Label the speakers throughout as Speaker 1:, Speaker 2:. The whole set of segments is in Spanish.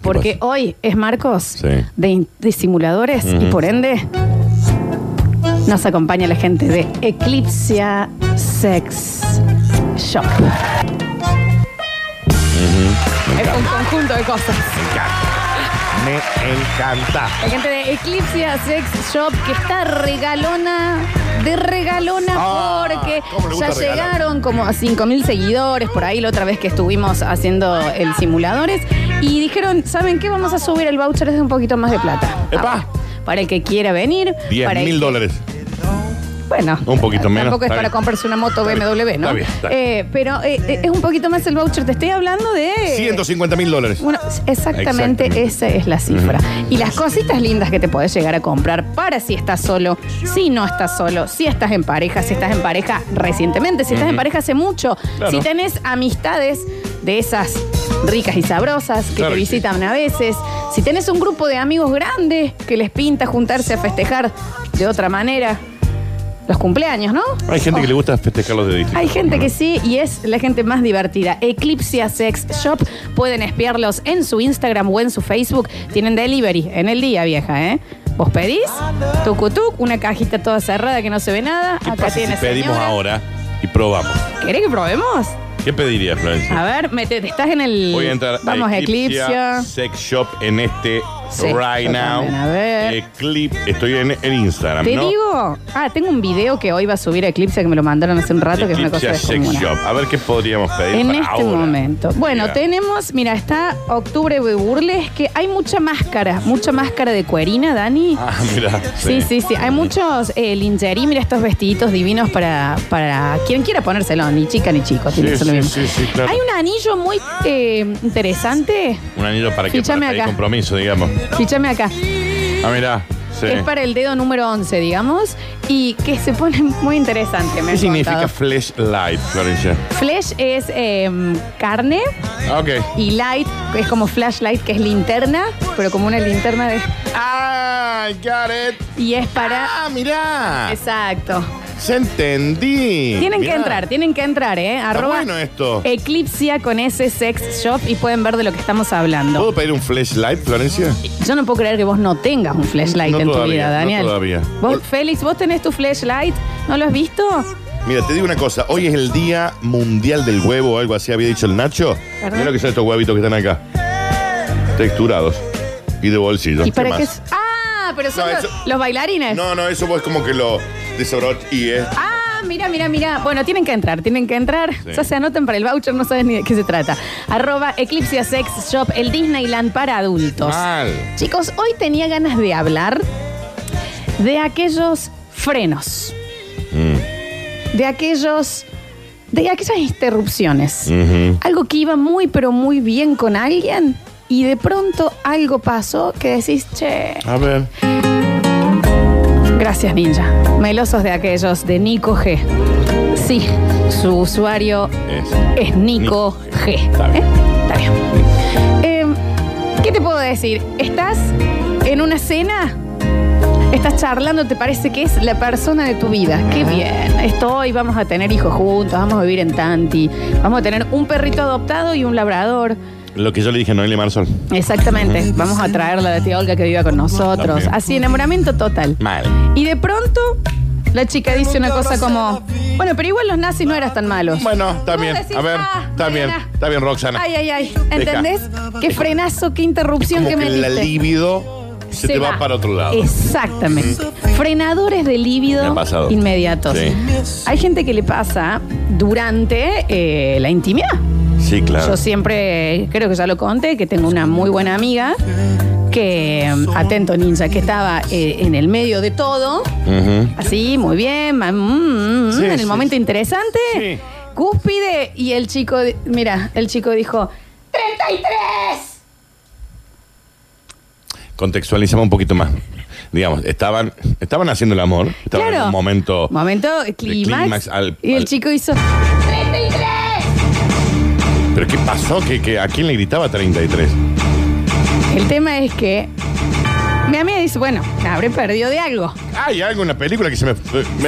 Speaker 1: Porque
Speaker 2: pasa?
Speaker 1: hoy es Marcos
Speaker 2: Sí.
Speaker 1: de, in- de simuladores y
Speaker 2: Ujú.
Speaker 1: por ende nos acompaña la gente de Eclipsia Sex Shop. Es un conjunto de cosas.
Speaker 2: Me encanta. Me encanta.
Speaker 1: La gente de Eclipsia Sex Shop que está regalona, de regalona
Speaker 2: Ah,
Speaker 1: porque
Speaker 2: cómo le
Speaker 1: ya
Speaker 2: gusta regalar.
Speaker 1: llegaron como a 5.000 seguidores por ahí la otra vez que estuvimos haciendo el simuladores y dijeron, ¿saben qué? Vamos a subir el voucher es de un poquito más de plata. Ah,
Speaker 2: ¡Epa!
Speaker 1: Para el que quiera venir.
Speaker 2: 10
Speaker 1: para el
Speaker 2: mil
Speaker 1: que-
Speaker 2: dólares.
Speaker 1: Bueno.
Speaker 2: Un poquito menos,
Speaker 1: Tampoco es
Speaker 2: está
Speaker 1: para
Speaker 2: bien.
Speaker 1: comprarse una moto
Speaker 2: Está bien,
Speaker 1: BMW, ¿no?
Speaker 2: está bien, está bien.
Speaker 1: Eh, pero eh, eh, es un poquito más el voucher. Te estoy hablando de...
Speaker 2: 150 mil dólares.
Speaker 1: Bueno, exactamente,
Speaker 2: Exactamente.
Speaker 1: esa es la cifra. Y las cositas lindas que te podés llegar a comprar para si estás solo, si no estás solo, si estás en pareja, si estás en pareja recientemente, si estás en pareja hace mucho,
Speaker 2: Claro.
Speaker 1: si tenés amistades de esas ricas y sabrosas que
Speaker 2: Claro
Speaker 1: te
Speaker 2: que sí.
Speaker 1: visitan a veces, si tenés un grupo de amigos grandes que les pinta juntarse a festejar de otra manera los cumpleaños, ¿no?
Speaker 2: Hay gente
Speaker 1: Oh.
Speaker 2: que le gusta festejar los de distinto.
Speaker 1: Hay gente que sí y es la gente más divertida. Eclipsia Sex Shop. Pueden espiarlos en su Instagram o en su Facebook. Tienen delivery en el día, vieja, ¿eh? Vos pedís, tucutuc, una cajita toda cerrada que no se ve nada.
Speaker 2: ¿Qué
Speaker 1: Acá
Speaker 2: pasa si
Speaker 1: tiene
Speaker 2: pedimos
Speaker 1: señora.
Speaker 2: ahora y probamos?
Speaker 1: ¿Querés que probemos?
Speaker 2: ¿Qué pedirías, Florencia?
Speaker 1: A ver, metete, estás en el.
Speaker 2: Voy a entrar
Speaker 1: Ah, Vamos,
Speaker 2: a
Speaker 1: Eclipsia.
Speaker 2: Sex Shop en este
Speaker 1: Sí,
Speaker 2: right
Speaker 1: yo
Speaker 2: now.
Speaker 1: también, a ver.
Speaker 2: Eclip- estoy en el Instagram,
Speaker 1: Te
Speaker 2: ¿no?
Speaker 1: digo. Ah, tengo un video que hoy va a subir a Eclipsia que me lo mandaron hace un rato, que es una cosa
Speaker 2: Eclipsia Sex
Speaker 1: descomunal.
Speaker 2: Shop. A ver qué podríamos pedir
Speaker 1: En
Speaker 2: para
Speaker 1: este
Speaker 2: ahora.
Speaker 1: momento. Bueno,
Speaker 2: Mira.
Speaker 1: tenemos, mira, está octubre de burlesque. Hay mucha máscara, mucha máscara de cuerina, Dani.
Speaker 2: Ah, mira.
Speaker 1: Sí, sí, sí. Hay muchos eh, lingerie, mira estos vestiditos divinos para, para quien quiera ponérselo, ni chica ni chico. tiene que
Speaker 2: Sí,
Speaker 1: ser lo
Speaker 2: sí,
Speaker 1: mismo.
Speaker 2: sí, sí, claro.
Speaker 1: Hay un anillo muy eh, interesante.
Speaker 2: Un anillo para que para
Speaker 1: Fichame
Speaker 2: pedir
Speaker 1: acá.
Speaker 2: compromiso, digamos.
Speaker 1: Fíjame acá.
Speaker 2: Ah, mira. Sí.
Speaker 1: Es para el dedo número 11, digamos, y que se pone muy interesante. Me
Speaker 2: ¿Qué
Speaker 1: han
Speaker 2: significa
Speaker 1: contado.
Speaker 2: flashlight, Florencia?
Speaker 1: Flesh es eh, carne.
Speaker 2: Ah, ok.
Speaker 1: Y light es como flashlight, que es linterna, pero como una linterna de.
Speaker 2: Ah, I got it.
Speaker 1: Y es para.
Speaker 2: Ah, mirá.
Speaker 1: Exacto.
Speaker 2: Se entendí.
Speaker 1: Tienen
Speaker 2: Mirá.
Speaker 1: que entrar, tienen que entrar, ¿eh? Arroba Eh,
Speaker 2: bueno esto.
Speaker 1: Eclipsia con ese sex shop y pueden ver de lo que estamos hablando.
Speaker 2: ¿Puedo pedir un flashlight, Florencia?
Speaker 1: Yo no puedo creer que vos no tengas un flashlight
Speaker 2: No
Speaker 1: en tu
Speaker 2: todavía,
Speaker 1: vida,
Speaker 2: no
Speaker 1: Daniel.
Speaker 2: todavía.
Speaker 1: Vos,
Speaker 2: Ol-
Speaker 1: Félix, vos tenés tu flashlight, ¿no lo has visto?
Speaker 2: Mira, te digo una cosa. Hoy es el Día Mundial del Huevo o algo así, había dicho el Nacho.
Speaker 1: Perdón.
Speaker 2: Mira lo que son estos huevitos que están acá. Texturados. Y de bolsillo.
Speaker 1: ¿Y para
Speaker 2: más?
Speaker 1: qué? es- Ah, pero son
Speaker 2: No,
Speaker 1: los,
Speaker 2: eso-
Speaker 1: los bailarines.
Speaker 2: No, no, eso vos como que lo desabrochás y es...
Speaker 1: Ah, mira, mira, mira. Bueno, tienen que entrar, tienen que entrar.
Speaker 2: Sí.
Speaker 1: Ya se anoten para el voucher, no saben ni de qué se trata. Arroba Eclipsia Sex Shop, el Disneyland para adultos.
Speaker 2: Mal.
Speaker 1: Chicos, hoy tenía ganas de hablar de aquellos frenos,
Speaker 2: Mm,
Speaker 1: de aquellos. de aquellas interrupciones.
Speaker 2: ujú.
Speaker 1: Algo que iba muy, pero muy bien con alguien. Y de pronto algo pasó que decís, che,
Speaker 2: A ver.
Speaker 1: Gracias, Ninja. Melosos de aquellos de Nico G. Sí, su usuario
Speaker 2: Es.
Speaker 1: es
Speaker 2: Nico
Speaker 1: Nico, G.
Speaker 2: G. Está bien.
Speaker 1: ¿Eh? Está bien. Em, ¿Qué te puedo decir? ¿Estás en una cena? Estás charlando, te parece que es la persona de tu vida. Qué bien. Estoy, vamos a tener hijos juntos, vamos a vivir en Tanti, vamos a tener un perrito adoptado y un labrador.
Speaker 2: Lo que yo le dije a Noelia Marsol.
Speaker 1: Exactamente. Vamos a traerla a la tía Olga que viva con nosotros.
Speaker 2: También.
Speaker 1: Así, enamoramiento total.
Speaker 2: Mal.
Speaker 1: Y de pronto, la chica dice una cosa como, bueno, pero igual los nazis no eran tan malos.
Speaker 2: Bueno, está bien.
Speaker 1: decís,
Speaker 2: A ver,
Speaker 1: ah,
Speaker 2: está bien.
Speaker 1: Mariana.
Speaker 2: Está bien, Roxana.
Speaker 1: Ay, ay, ay. ¿Entendés? Qué frenazo, qué interrupción
Speaker 2: Como
Speaker 1: que
Speaker 2: que
Speaker 1: me
Speaker 2: la
Speaker 1: diste.
Speaker 2: libido se, te va, para otro lado.
Speaker 1: Exactamente. Frenadores de
Speaker 2: Me
Speaker 1: líbido
Speaker 2: ha pasado.
Speaker 1: inmediatos.
Speaker 2: Sí.
Speaker 1: Hay gente que le pasa durante eh, la intimidad.
Speaker 2: Sí, claro.
Speaker 1: Yo siempre, creo que ya lo conté, que tengo una muy buena amiga que, mm, atento ninja, que estaba eh, en el medio de todo.
Speaker 2: Ujú.
Speaker 1: Así, muy bien. ma- mm, mm,
Speaker 2: Sí,
Speaker 1: en el
Speaker 2: sí,
Speaker 1: momento
Speaker 2: sí.
Speaker 1: interesante.
Speaker 2: Sí.
Speaker 1: Cúspide. Y el chico, di- mira, el chico dijo, ¡33!
Speaker 2: Contextualizamos un poquito más. Digamos, estaban, estaban haciendo el amor. Estaban
Speaker 1: claro.
Speaker 2: en un momento.
Speaker 1: Momento clímax.
Speaker 2: Oh, clímax al-
Speaker 1: y el
Speaker 2: al-
Speaker 1: chico hizo,
Speaker 2: ¿Pero qué pasó? ¿Que, que, a quién le gritaba 33?
Speaker 1: el tema es que Mi amiga dice, bueno, habré perdido de algo.
Speaker 2: Hay algo en la película que se me. me-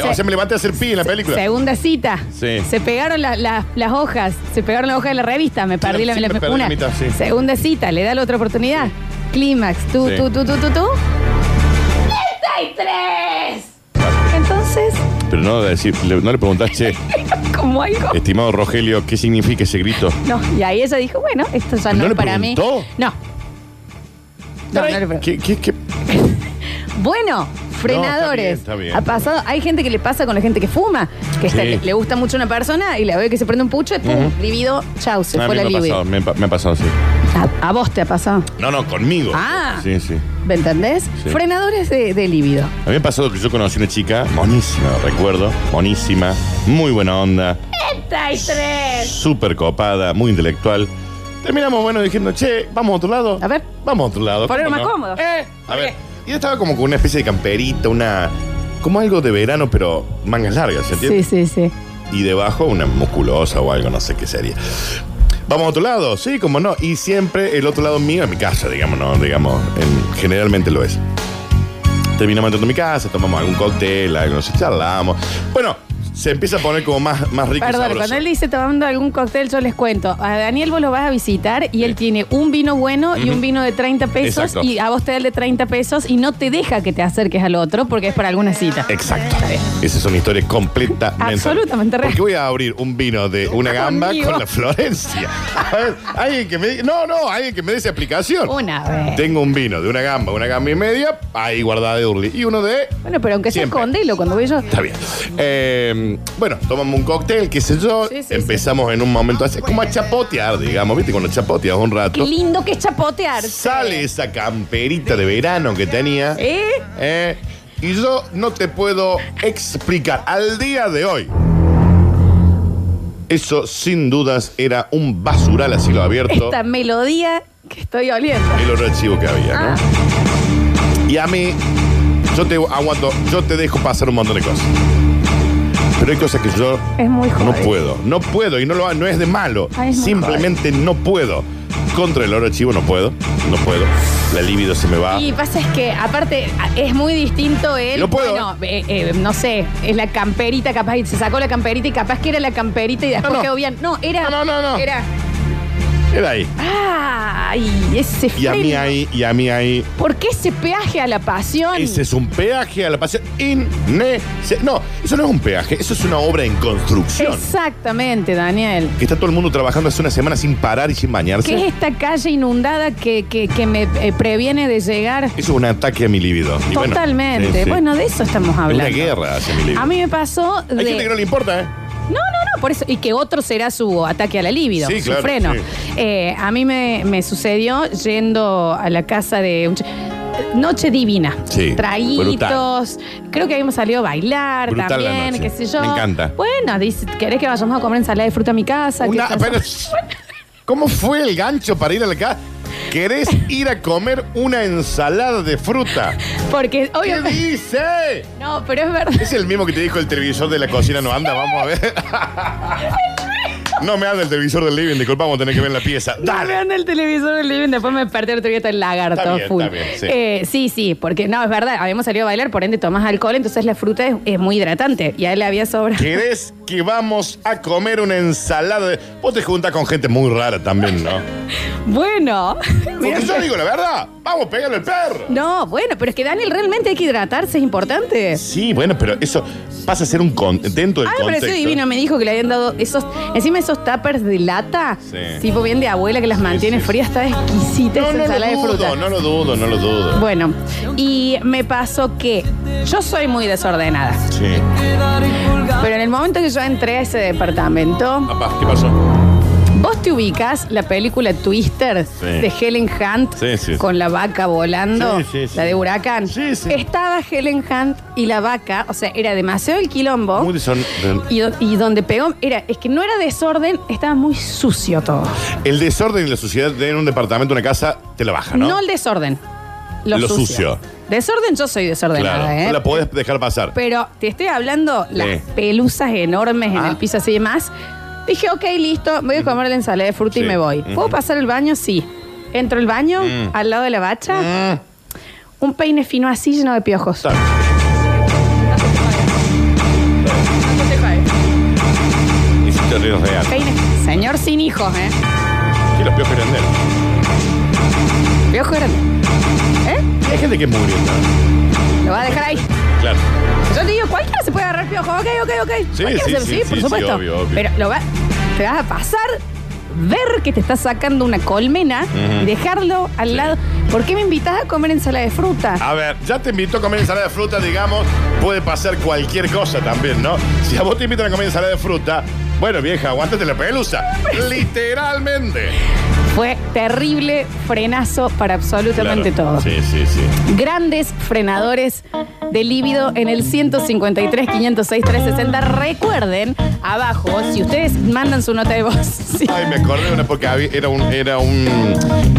Speaker 1: Sí.
Speaker 2: O sea, me levanté a hacer pi en la película.
Speaker 1: Segunda cita.
Speaker 2: Sí.
Speaker 1: Se pegaron la- la- las hojas. Se pegaron las hojas de la revista. Me perdí la,
Speaker 2: sí,
Speaker 1: la-
Speaker 2: me perdí la
Speaker 1: una.
Speaker 2: mitad, sí.
Speaker 1: Segunda cita. Le da la otra oportunidad. Clímax. Tú,
Speaker 2: Sí.
Speaker 1: tú, tú, tú, tú, tú. ¡33! Entonces,
Speaker 2: Pero no, de decir, le- no le preguntaste,
Speaker 1: como algo.
Speaker 2: estimado Rogelio, ¿qué significa ese grito?
Speaker 1: No, y ahí ella dijo, bueno, esto ya no,
Speaker 2: ¿No
Speaker 1: es
Speaker 2: le
Speaker 1: para mí.
Speaker 2: preguntó?
Speaker 1: No. No, no le preguntó.
Speaker 2: ¿Qué, qué, qué?
Speaker 1: Bueno, frenadores.
Speaker 2: está bien, está bien.
Speaker 1: Ha pasado, hay gente que le pasa con la gente que fuma, que está-
Speaker 2: Sí.
Speaker 1: le, le gusta mucho una persona y la ve que se prende un pucho, pum,
Speaker 2: Ujú.
Speaker 1: libido, chau, se
Speaker 2: Ah, a
Speaker 1: fue
Speaker 2: mí
Speaker 1: la
Speaker 2: me ha
Speaker 1: libido.
Speaker 2: pasado, me, ha pa- me ha pasado, sí.
Speaker 1: A, a vos te ha pasado,
Speaker 2: No, no, conmigo.
Speaker 1: Ah.
Speaker 2: Sí, sí.
Speaker 1: ¿me entendés?
Speaker 2: Sí.
Speaker 1: Frenadores de, de libido.
Speaker 2: A mí me ha pasado que yo conocí una chica monísima, recuerdo, monísima, muy buena onda,
Speaker 1: 33.
Speaker 2: súper copada, muy intelectual. Terminamos, bueno, diciendo, che, vamos a otro lado.
Speaker 1: A ver.
Speaker 2: Vamos a otro lado.
Speaker 1: Ponerlo
Speaker 2: ¿cómo
Speaker 1: más cómodo.
Speaker 2: Eh, a
Speaker 1: ¿Por
Speaker 2: ver.
Speaker 1: qué?
Speaker 2: Y yo estaba como con una especie de camperita, una. como algo de verano, pero mangas largas, ¿se entiende?
Speaker 1: Sí, sí, sí.
Speaker 2: Y debajo una musculosa o algo, no sé qué sería. Vamos a otro lado, sí, como no. Y siempre el otro lado mío, en mi casa, digamos, no, digamos, en- generalmente lo es. Terminamos entrando a mi casa, tomamos algún cóctel, algo, nos charlamos. Bueno, se empieza a poner como más, más rico y
Speaker 1: Perdón,
Speaker 2: sabroso.
Speaker 1: cuando él dice tomando algún cóctel, yo les cuento. A Daniel vos lo vas a visitar y él tiene un vino bueno y un vino de 30 pesos
Speaker 2: Exacto.
Speaker 1: y a vos te da el de 30 pesos y no te deja que te acerques al otro porque es para alguna cita.
Speaker 2: Exacto. Esa es una historia completamente.
Speaker 1: Absolutamente real.
Speaker 2: Porque voy a abrir un vino de una gamba
Speaker 1: Conmigo.
Speaker 2: con la Florencia. A ver, alguien que me diga. No, no, alguien que me dé esa explicación.
Speaker 1: Una vez.
Speaker 2: Tengo un vino de una gamba, una gamba y media, ahí guardada de Urli. Y uno de.
Speaker 1: Bueno, pero aunque sea
Speaker 2: Siempre.
Speaker 1: escondelo cuando voy yo.
Speaker 2: Está bien. Eh, bueno, tomamos un cóctel, qué sé yo.
Speaker 1: Sí, sí,
Speaker 2: Empezamos en un momento así, como a chapotear, digamos, ¿viste? Cuando chapoteas un
Speaker 1: Qué
Speaker 2: rato.
Speaker 1: lindo que es chapotear.
Speaker 2: Sale esa camperita de verano que tenía.
Speaker 1: ¿Eh?
Speaker 2: Eh, y yo no te puedo explicar al día de hoy. Eso sin dudas era un basural a cielo abierto.
Speaker 1: Esta melodía que estoy oliendo.
Speaker 2: El otro archivo que había, ¿no?
Speaker 1: Ah,
Speaker 2: Y a mí, yo te aguanto, yo te dejo pasar un montón de cosas. Pero hay cosas que yo
Speaker 1: es muy joven.
Speaker 2: no puedo. No puedo y no, lo, no es de malo.
Speaker 1: Ay, es muy
Speaker 2: Simplemente no puedo. Contra el oro archivo no puedo. No puedo. La libido se me va.
Speaker 1: Y pasa es que, aparte, a- es muy distinto él.
Speaker 2: No puedo.
Speaker 1: Bueno, eh, eh, no sé, es la camperita, capaz, y se sacó la camperita y capaz que era la camperita y después
Speaker 2: No, no.
Speaker 1: quedó bien. No, era.
Speaker 2: No, no, no, no.
Speaker 1: Era.
Speaker 2: Era ahí.
Speaker 1: ¡Ay! Ese
Speaker 2: Y a mí
Speaker 1: freno.
Speaker 2: ahí, y a mí ahí.
Speaker 1: ¿Por qué ese peaje a la pasión?
Speaker 2: Ese es un peaje a la pasión innece- No, eso no es un peaje, eso es una obra en construcción.
Speaker 1: Exactamente, Daniel.
Speaker 2: Que está todo el mundo trabajando hace una semana sin parar y sin bañarse.
Speaker 1: ¿Qué es esta calle inundada que, que- que me eh, previene de llegar?
Speaker 2: Eso es un ataque a mi libido. Y bueno,
Speaker 1: Totalmente.
Speaker 2: sí,
Speaker 1: Bueno,
Speaker 2: sí.
Speaker 1: de eso estamos
Speaker 2: Es
Speaker 1: hablando.
Speaker 2: una guerra hacia mi libido.
Speaker 1: A mí me pasó de.
Speaker 2: Hay gente que no le importa, ¿eh?
Speaker 1: No, no, no, por eso. Y que otro será su ataque a la libido,
Speaker 2: Sí,
Speaker 1: su
Speaker 2: claro,
Speaker 1: freno.
Speaker 2: sí.
Speaker 1: Eh, a mí me, me sucedió yendo a la casa de un ch- Noche divina.
Speaker 2: Sí,
Speaker 1: Traguitos. Creo que habíamos salido a bailar
Speaker 2: Brutal la
Speaker 1: también,
Speaker 2: noche.
Speaker 1: qué sé yo.
Speaker 2: Me encanta.
Speaker 1: Bueno, dice, ¿querés que vayamos a comer ensalada de fruta a mi casa?
Speaker 2: Una-
Speaker 1: ¿Qué sé yo?
Speaker 2: pero- ¿Cómo fue el gancho para ir a la casa? ¿Querés ir a comer una ensalada de fruta? ¿Qué
Speaker 1: Porque, obviamente.
Speaker 2: dice?
Speaker 1: No, pero es verdad.
Speaker 2: Es el mismo que te dijo el televisor de la cocina, no anda, vamos a ver. No me anda el televisor del living, disculpa, vamos a tener que ver la pieza.
Speaker 1: No
Speaker 2: Dale.
Speaker 1: vean el televisor del living, después me desperté el otro día está el lagarto
Speaker 2: Está bien,
Speaker 1: full.
Speaker 2: está bien, sí.
Speaker 1: Eh, sí, sí, porque no, es verdad, habíamos salido a bailar, por ende tomas alcohol, entonces la fruta es, es muy hidratante y a él le había sobra.
Speaker 2: ¿Querés que vamos a comer una ensalada? de- Vos te juntás con gente muy rara también, ¿no?
Speaker 1: Bueno, mira,
Speaker 2: Porque yo digo la verdad, vamos, pégale al perro.
Speaker 1: no, bueno, pero es que Daniel realmente hay que hidratarse, es importante.
Speaker 2: Sí, bueno, pero eso pasa a ser un con- dentro del
Speaker 1: Ah, me
Speaker 2: contexto.
Speaker 1: pareció divino, me dijo que le habían dado esos, encima esos tuppers de lata,
Speaker 2: Sí.
Speaker 1: tipo bien de abuela que las mantiene
Speaker 2: sí,
Speaker 1: frías, está exquisita
Speaker 2: No,
Speaker 1: esa
Speaker 2: no
Speaker 1: ensalada
Speaker 2: lo
Speaker 1: de fruta.
Speaker 2: dudo, no lo dudo, no lo dudo.
Speaker 1: Bueno, y me pasó que yo soy muy desordenada.
Speaker 2: Sí.
Speaker 1: Pero en el momento que yo entré a ese departamento,
Speaker 2: Papá, ¿qué pasó?
Speaker 1: vos te ubicas la película Twister
Speaker 2: Sí.
Speaker 1: de Helen Hunt
Speaker 2: Sí, sí, sí.
Speaker 1: con la vaca volando,
Speaker 2: Sí, sí, sí.
Speaker 1: la de huracán.
Speaker 2: Sí, sí.
Speaker 1: Estaba Helen Hunt y la vaca, o sea, era demasiado el quilombo.
Speaker 2: Muy deson-
Speaker 1: y, do- y donde pegó, era, es que no era desorden, estaba muy sucio todo.
Speaker 2: El desorden y la suciedad de un departamento, una casa, te la baja,
Speaker 1: No,
Speaker 2: ¿no?
Speaker 1: el desorden. Lo,
Speaker 2: Lo
Speaker 1: sucio.
Speaker 2: sucio.
Speaker 1: Desorden, yo soy desordenada,
Speaker 2: Claro,
Speaker 1: ¿eh?
Speaker 2: no la podés dejar pasar.
Speaker 1: Pero te estoy hablando las
Speaker 2: Sí.
Speaker 1: pelusas enormes en
Speaker 2: Ah.
Speaker 1: el piso así y demás. Dije, ok, listo, voy a comer la ensalada de fruta y
Speaker 2: Sí.
Speaker 1: me voy. ¿Puedo
Speaker 2: Ujú. Mm.
Speaker 1: pasar el baño? Sí. Entro al baño, al lado de la bacha, un peine fino así lleno de piojos.
Speaker 2: Está. Hiciste ríos real.
Speaker 1: Peine. Señor sin hijos, ¿eh?
Speaker 2: Sí, los piojos grandes.
Speaker 1: Piojo grande. ¿Eh?
Speaker 2: Hay gente que es muriendo.
Speaker 1: Lo va a dejar ahí.
Speaker 2: Claro.
Speaker 1: Yo te digo, cualquiera se puede agarrar piojo. Ok, ok, ok.
Speaker 2: Sí,
Speaker 1: Cualquiera
Speaker 2: sí,
Speaker 1: se-
Speaker 2: sí, sí,
Speaker 1: por
Speaker 2: sí,
Speaker 1: supuesto.
Speaker 2: obvio, obvio.
Speaker 1: Pero lo va, te vas a pasar, ver que te estás sacando una colmena
Speaker 2: Ujú.
Speaker 1: y dejarlo al lado. ¿Por qué me invitas a comer ensalada de fruta?
Speaker 2: A ver, ya te invito a comer ensalada de fruta, digamos, puede pasar cualquier cosa también, ¿no? Si a vos te invitan a comer ensalada de fruta, bueno, vieja, aguántate la pelusa. Literalmente.
Speaker 1: Fue terrible frenazo para absolutamente
Speaker 2: Claro.
Speaker 1: todo.
Speaker 2: Sí, sí, sí.
Speaker 1: Grandes frenadores de líbido en el 153 506 360. Recuerden, abajo, si ustedes mandan su nota de voz. sí.
Speaker 2: Ay, me acordé de una porque había- era un, era un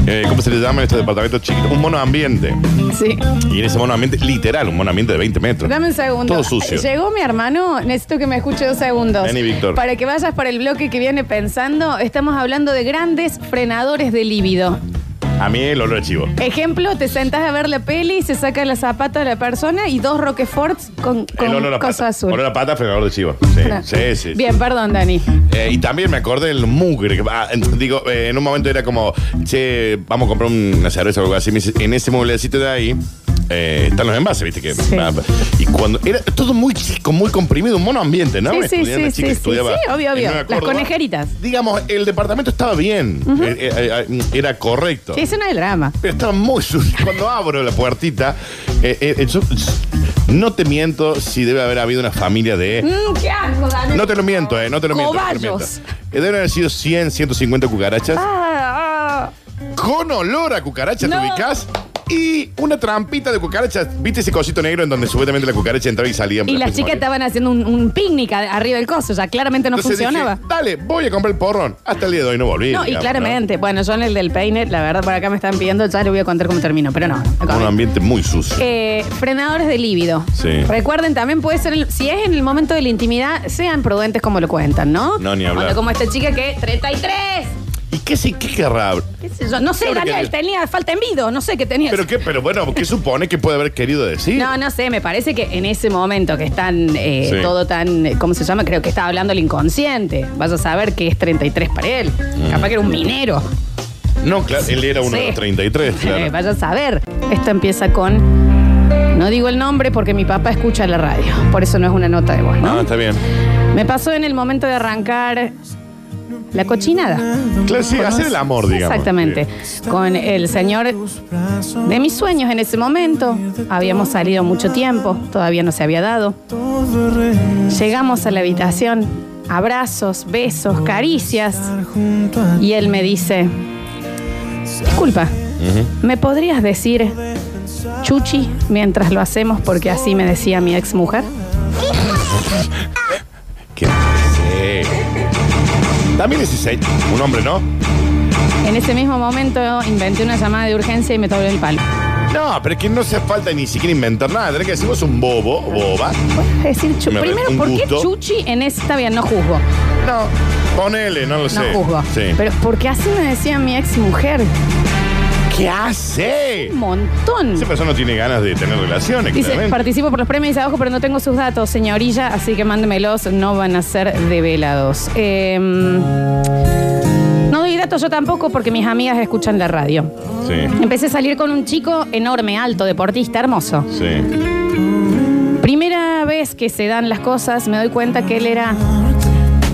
Speaker 2: eh, ¿cómo se le llama en este departamento chiquito? Un mono ambiente.
Speaker 1: sí.
Speaker 2: Y en ese mono ambiente, literal, un mono ambiente de 20 metros.
Speaker 1: Dame un segundo.
Speaker 2: Todo sucio.
Speaker 1: Llegó mi hermano, necesito que me escuche dos segundos.
Speaker 2: Vení, Víctor.
Speaker 1: Para que vayas para el bloque que viene pensando, estamos hablando de grandes frenadores de líbido.
Speaker 2: A mí el olor a chivo.
Speaker 1: Ejemplo, te sentás a ver la peli, se saca la zapata de la persona y dos Roqueforts con, con
Speaker 2: El olor a
Speaker 1: cosa
Speaker 2: pata.
Speaker 1: azul.
Speaker 2: Olor a pata, frenador de chivo. Sí, sí, sí. sí.
Speaker 1: Bien, perdón, Dani.
Speaker 2: Eh, y también me acordé del mugre. que- ah, en- digo, eh, en un momento era como, che, vamos a comprar una cerveza o algo así. Me dice, en ese mueblecito de ahí eh, están los envases, viste que.
Speaker 1: Sí.
Speaker 2: ah, y cuando. Era todo muy chico, muy comprimido, un mono ambiente, ¿no?
Speaker 1: Sí,
Speaker 2: Una
Speaker 1: sí,
Speaker 2: estudiante
Speaker 1: sí,
Speaker 2: chica
Speaker 1: sí,
Speaker 2: que
Speaker 1: sí,
Speaker 2: estudiaba
Speaker 1: sí, obvio,
Speaker 2: en
Speaker 1: obvio.
Speaker 2: Nueva
Speaker 1: Las
Speaker 2: Córdoba.
Speaker 1: conejeritas.
Speaker 2: Digamos, el departamento estaba bien. Eh, eh, eh, era correcto.
Speaker 1: Sí, eso no es drama.
Speaker 2: Pero estaba muy sucio. Cuando abro la puertita, eh, eh, yo- no te miento si debe haber habido una familia de.
Speaker 1: Mm, ¿Qué asco, Dani?
Speaker 2: No te lo miento, eh, no te lo miento. no te lo miento.
Speaker 1: Cobayos.
Speaker 2: Eh, Deben haber sido 100, 150 cucarachas.
Speaker 1: Ah, ah.
Speaker 2: Con olor a cucaracha,
Speaker 1: No.
Speaker 2: te ubicás. Y una trampita de cucarachas. ¿Viste ese cosito negro en donde supuestamente la cucaracha entraba y salía?
Speaker 1: Y las chicas estaban haciendo un, un picnic a- arriba del coso, ya claramente no
Speaker 2: Entonces dije,
Speaker 1: funcionaba.
Speaker 2: Dale, voy a comprar el porrón. Hasta el día de hoy no volví.
Speaker 1: No, y
Speaker 2: digamos,
Speaker 1: claramente, bueno, yo en el del peine, la verdad, por acá me están pidiendo, ya les voy a contar cómo termino, pero no. no
Speaker 2: Un
Speaker 1: comento.
Speaker 2: ambiente muy sucio.
Speaker 1: Eh, frenadores de líbido.
Speaker 2: Sí.
Speaker 1: Recuerden también, puede ser, el- si es en el momento de la intimidad, sean prudentes como lo cuentan, ¿no?
Speaker 2: No, ni hablar.
Speaker 1: Onda como esta chica que, 33,
Speaker 2: ¿Y qué, sí- qué querrá?
Speaker 1: qué sé yo, no sé,
Speaker 2: Claro que
Speaker 1: Daniel,
Speaker 2: sí.
Speaker 1: tenía falta en vido, no sé qué tenía.
Speaker 2: ¿Pero qué? Pero bueno, ¿qué supone que puede haber querido decir?
Speaker 1: No, no sé, me parece que en ese momento que están eh,
Speaker 2: Sí.
Speaker 1: todo tan, eh, ¿cómo se llama? Creo que estaba hablando el inconsciente. Vas a saber que es 33 para él.
Speaker 2: Mm.
Speaker 1: Capaz que era un minero.
Speaker 2: No, claro, él era uno de los
Speaker 1: Sí.
Speaker 2: 33,
Speaker 1: Eh,
Speaker 2: claro.
Speaker 1: vaya a saber. Esto empieza con. No digo el nombre porque mi papá escucha la radio. Por eso no es una nota de voz, ¿no?
Speaker 2: Ah, está bien.
Speaker 1: Me pasó en el momento de arrancar la cochinada.
Speaker 2: Claro, sí, hacer el amor, digamos.
Speaker 1: Exactamente. Con el señor de mis sueños en ese momento. Habíamos salido mucho tiempo, todavía no se había dado. Llegamos a la habitación, abrazos, besos, caricias. Y él me dice, disculpa, ¿me podrías decir chuchi mientras lo hacemos porque así me decía mi ex mujer?
Speaker 2: ¿Qué? Sí. También es ese, un hombre, ¿no?
Speaker 1: En ese mismo momento inventé una llamada de urgencia y me doblé el palo.
Speaker 2: No, pero es que no hace falta ni siquiera inventar nada. Tenés que decir, vos un bobo, boba.
Speaker 1: ¿Puedes decir chuchi?
Speaker 2: Me parece
Speaker 1: Primero,
Speaker 2: un
Speaker 1: ¿por qué
Speaker 2: gusto.
Speaker 1: chuchi en ese? Está bien, no juzgo.
Speaker 2: No. Ponele, no lo
Speaker 1: No
Speaker 2: sé.
Speaker 1: juzgo.
Speaker 2: Sí.
Speaker 1: Pero porque así me decía mi ex mujer.
Speaker 2: ¿Qué hace?
Speaker 1: Un montón.
Speaker 2: Esa persona no tiene ganas de tener relaciones,
Speaker 1: Dice,
Speaker 2: claramente.
Speaker 1: participo por los premios dice abajo, pero no tengo sus datos, señorilla, así que mándemelos, no van a ser develados. Em, no doy datos yo tampoco porque mis amigas escuchan la radio.
Speaker 2: Sí,
Speaker 1: Empecé a salir con un chico enorme, alto, deportista, hermoso.
Speaker 2: sí.
Speaker 1: Primera vez que se dan las cosas, me doy cuenta que él era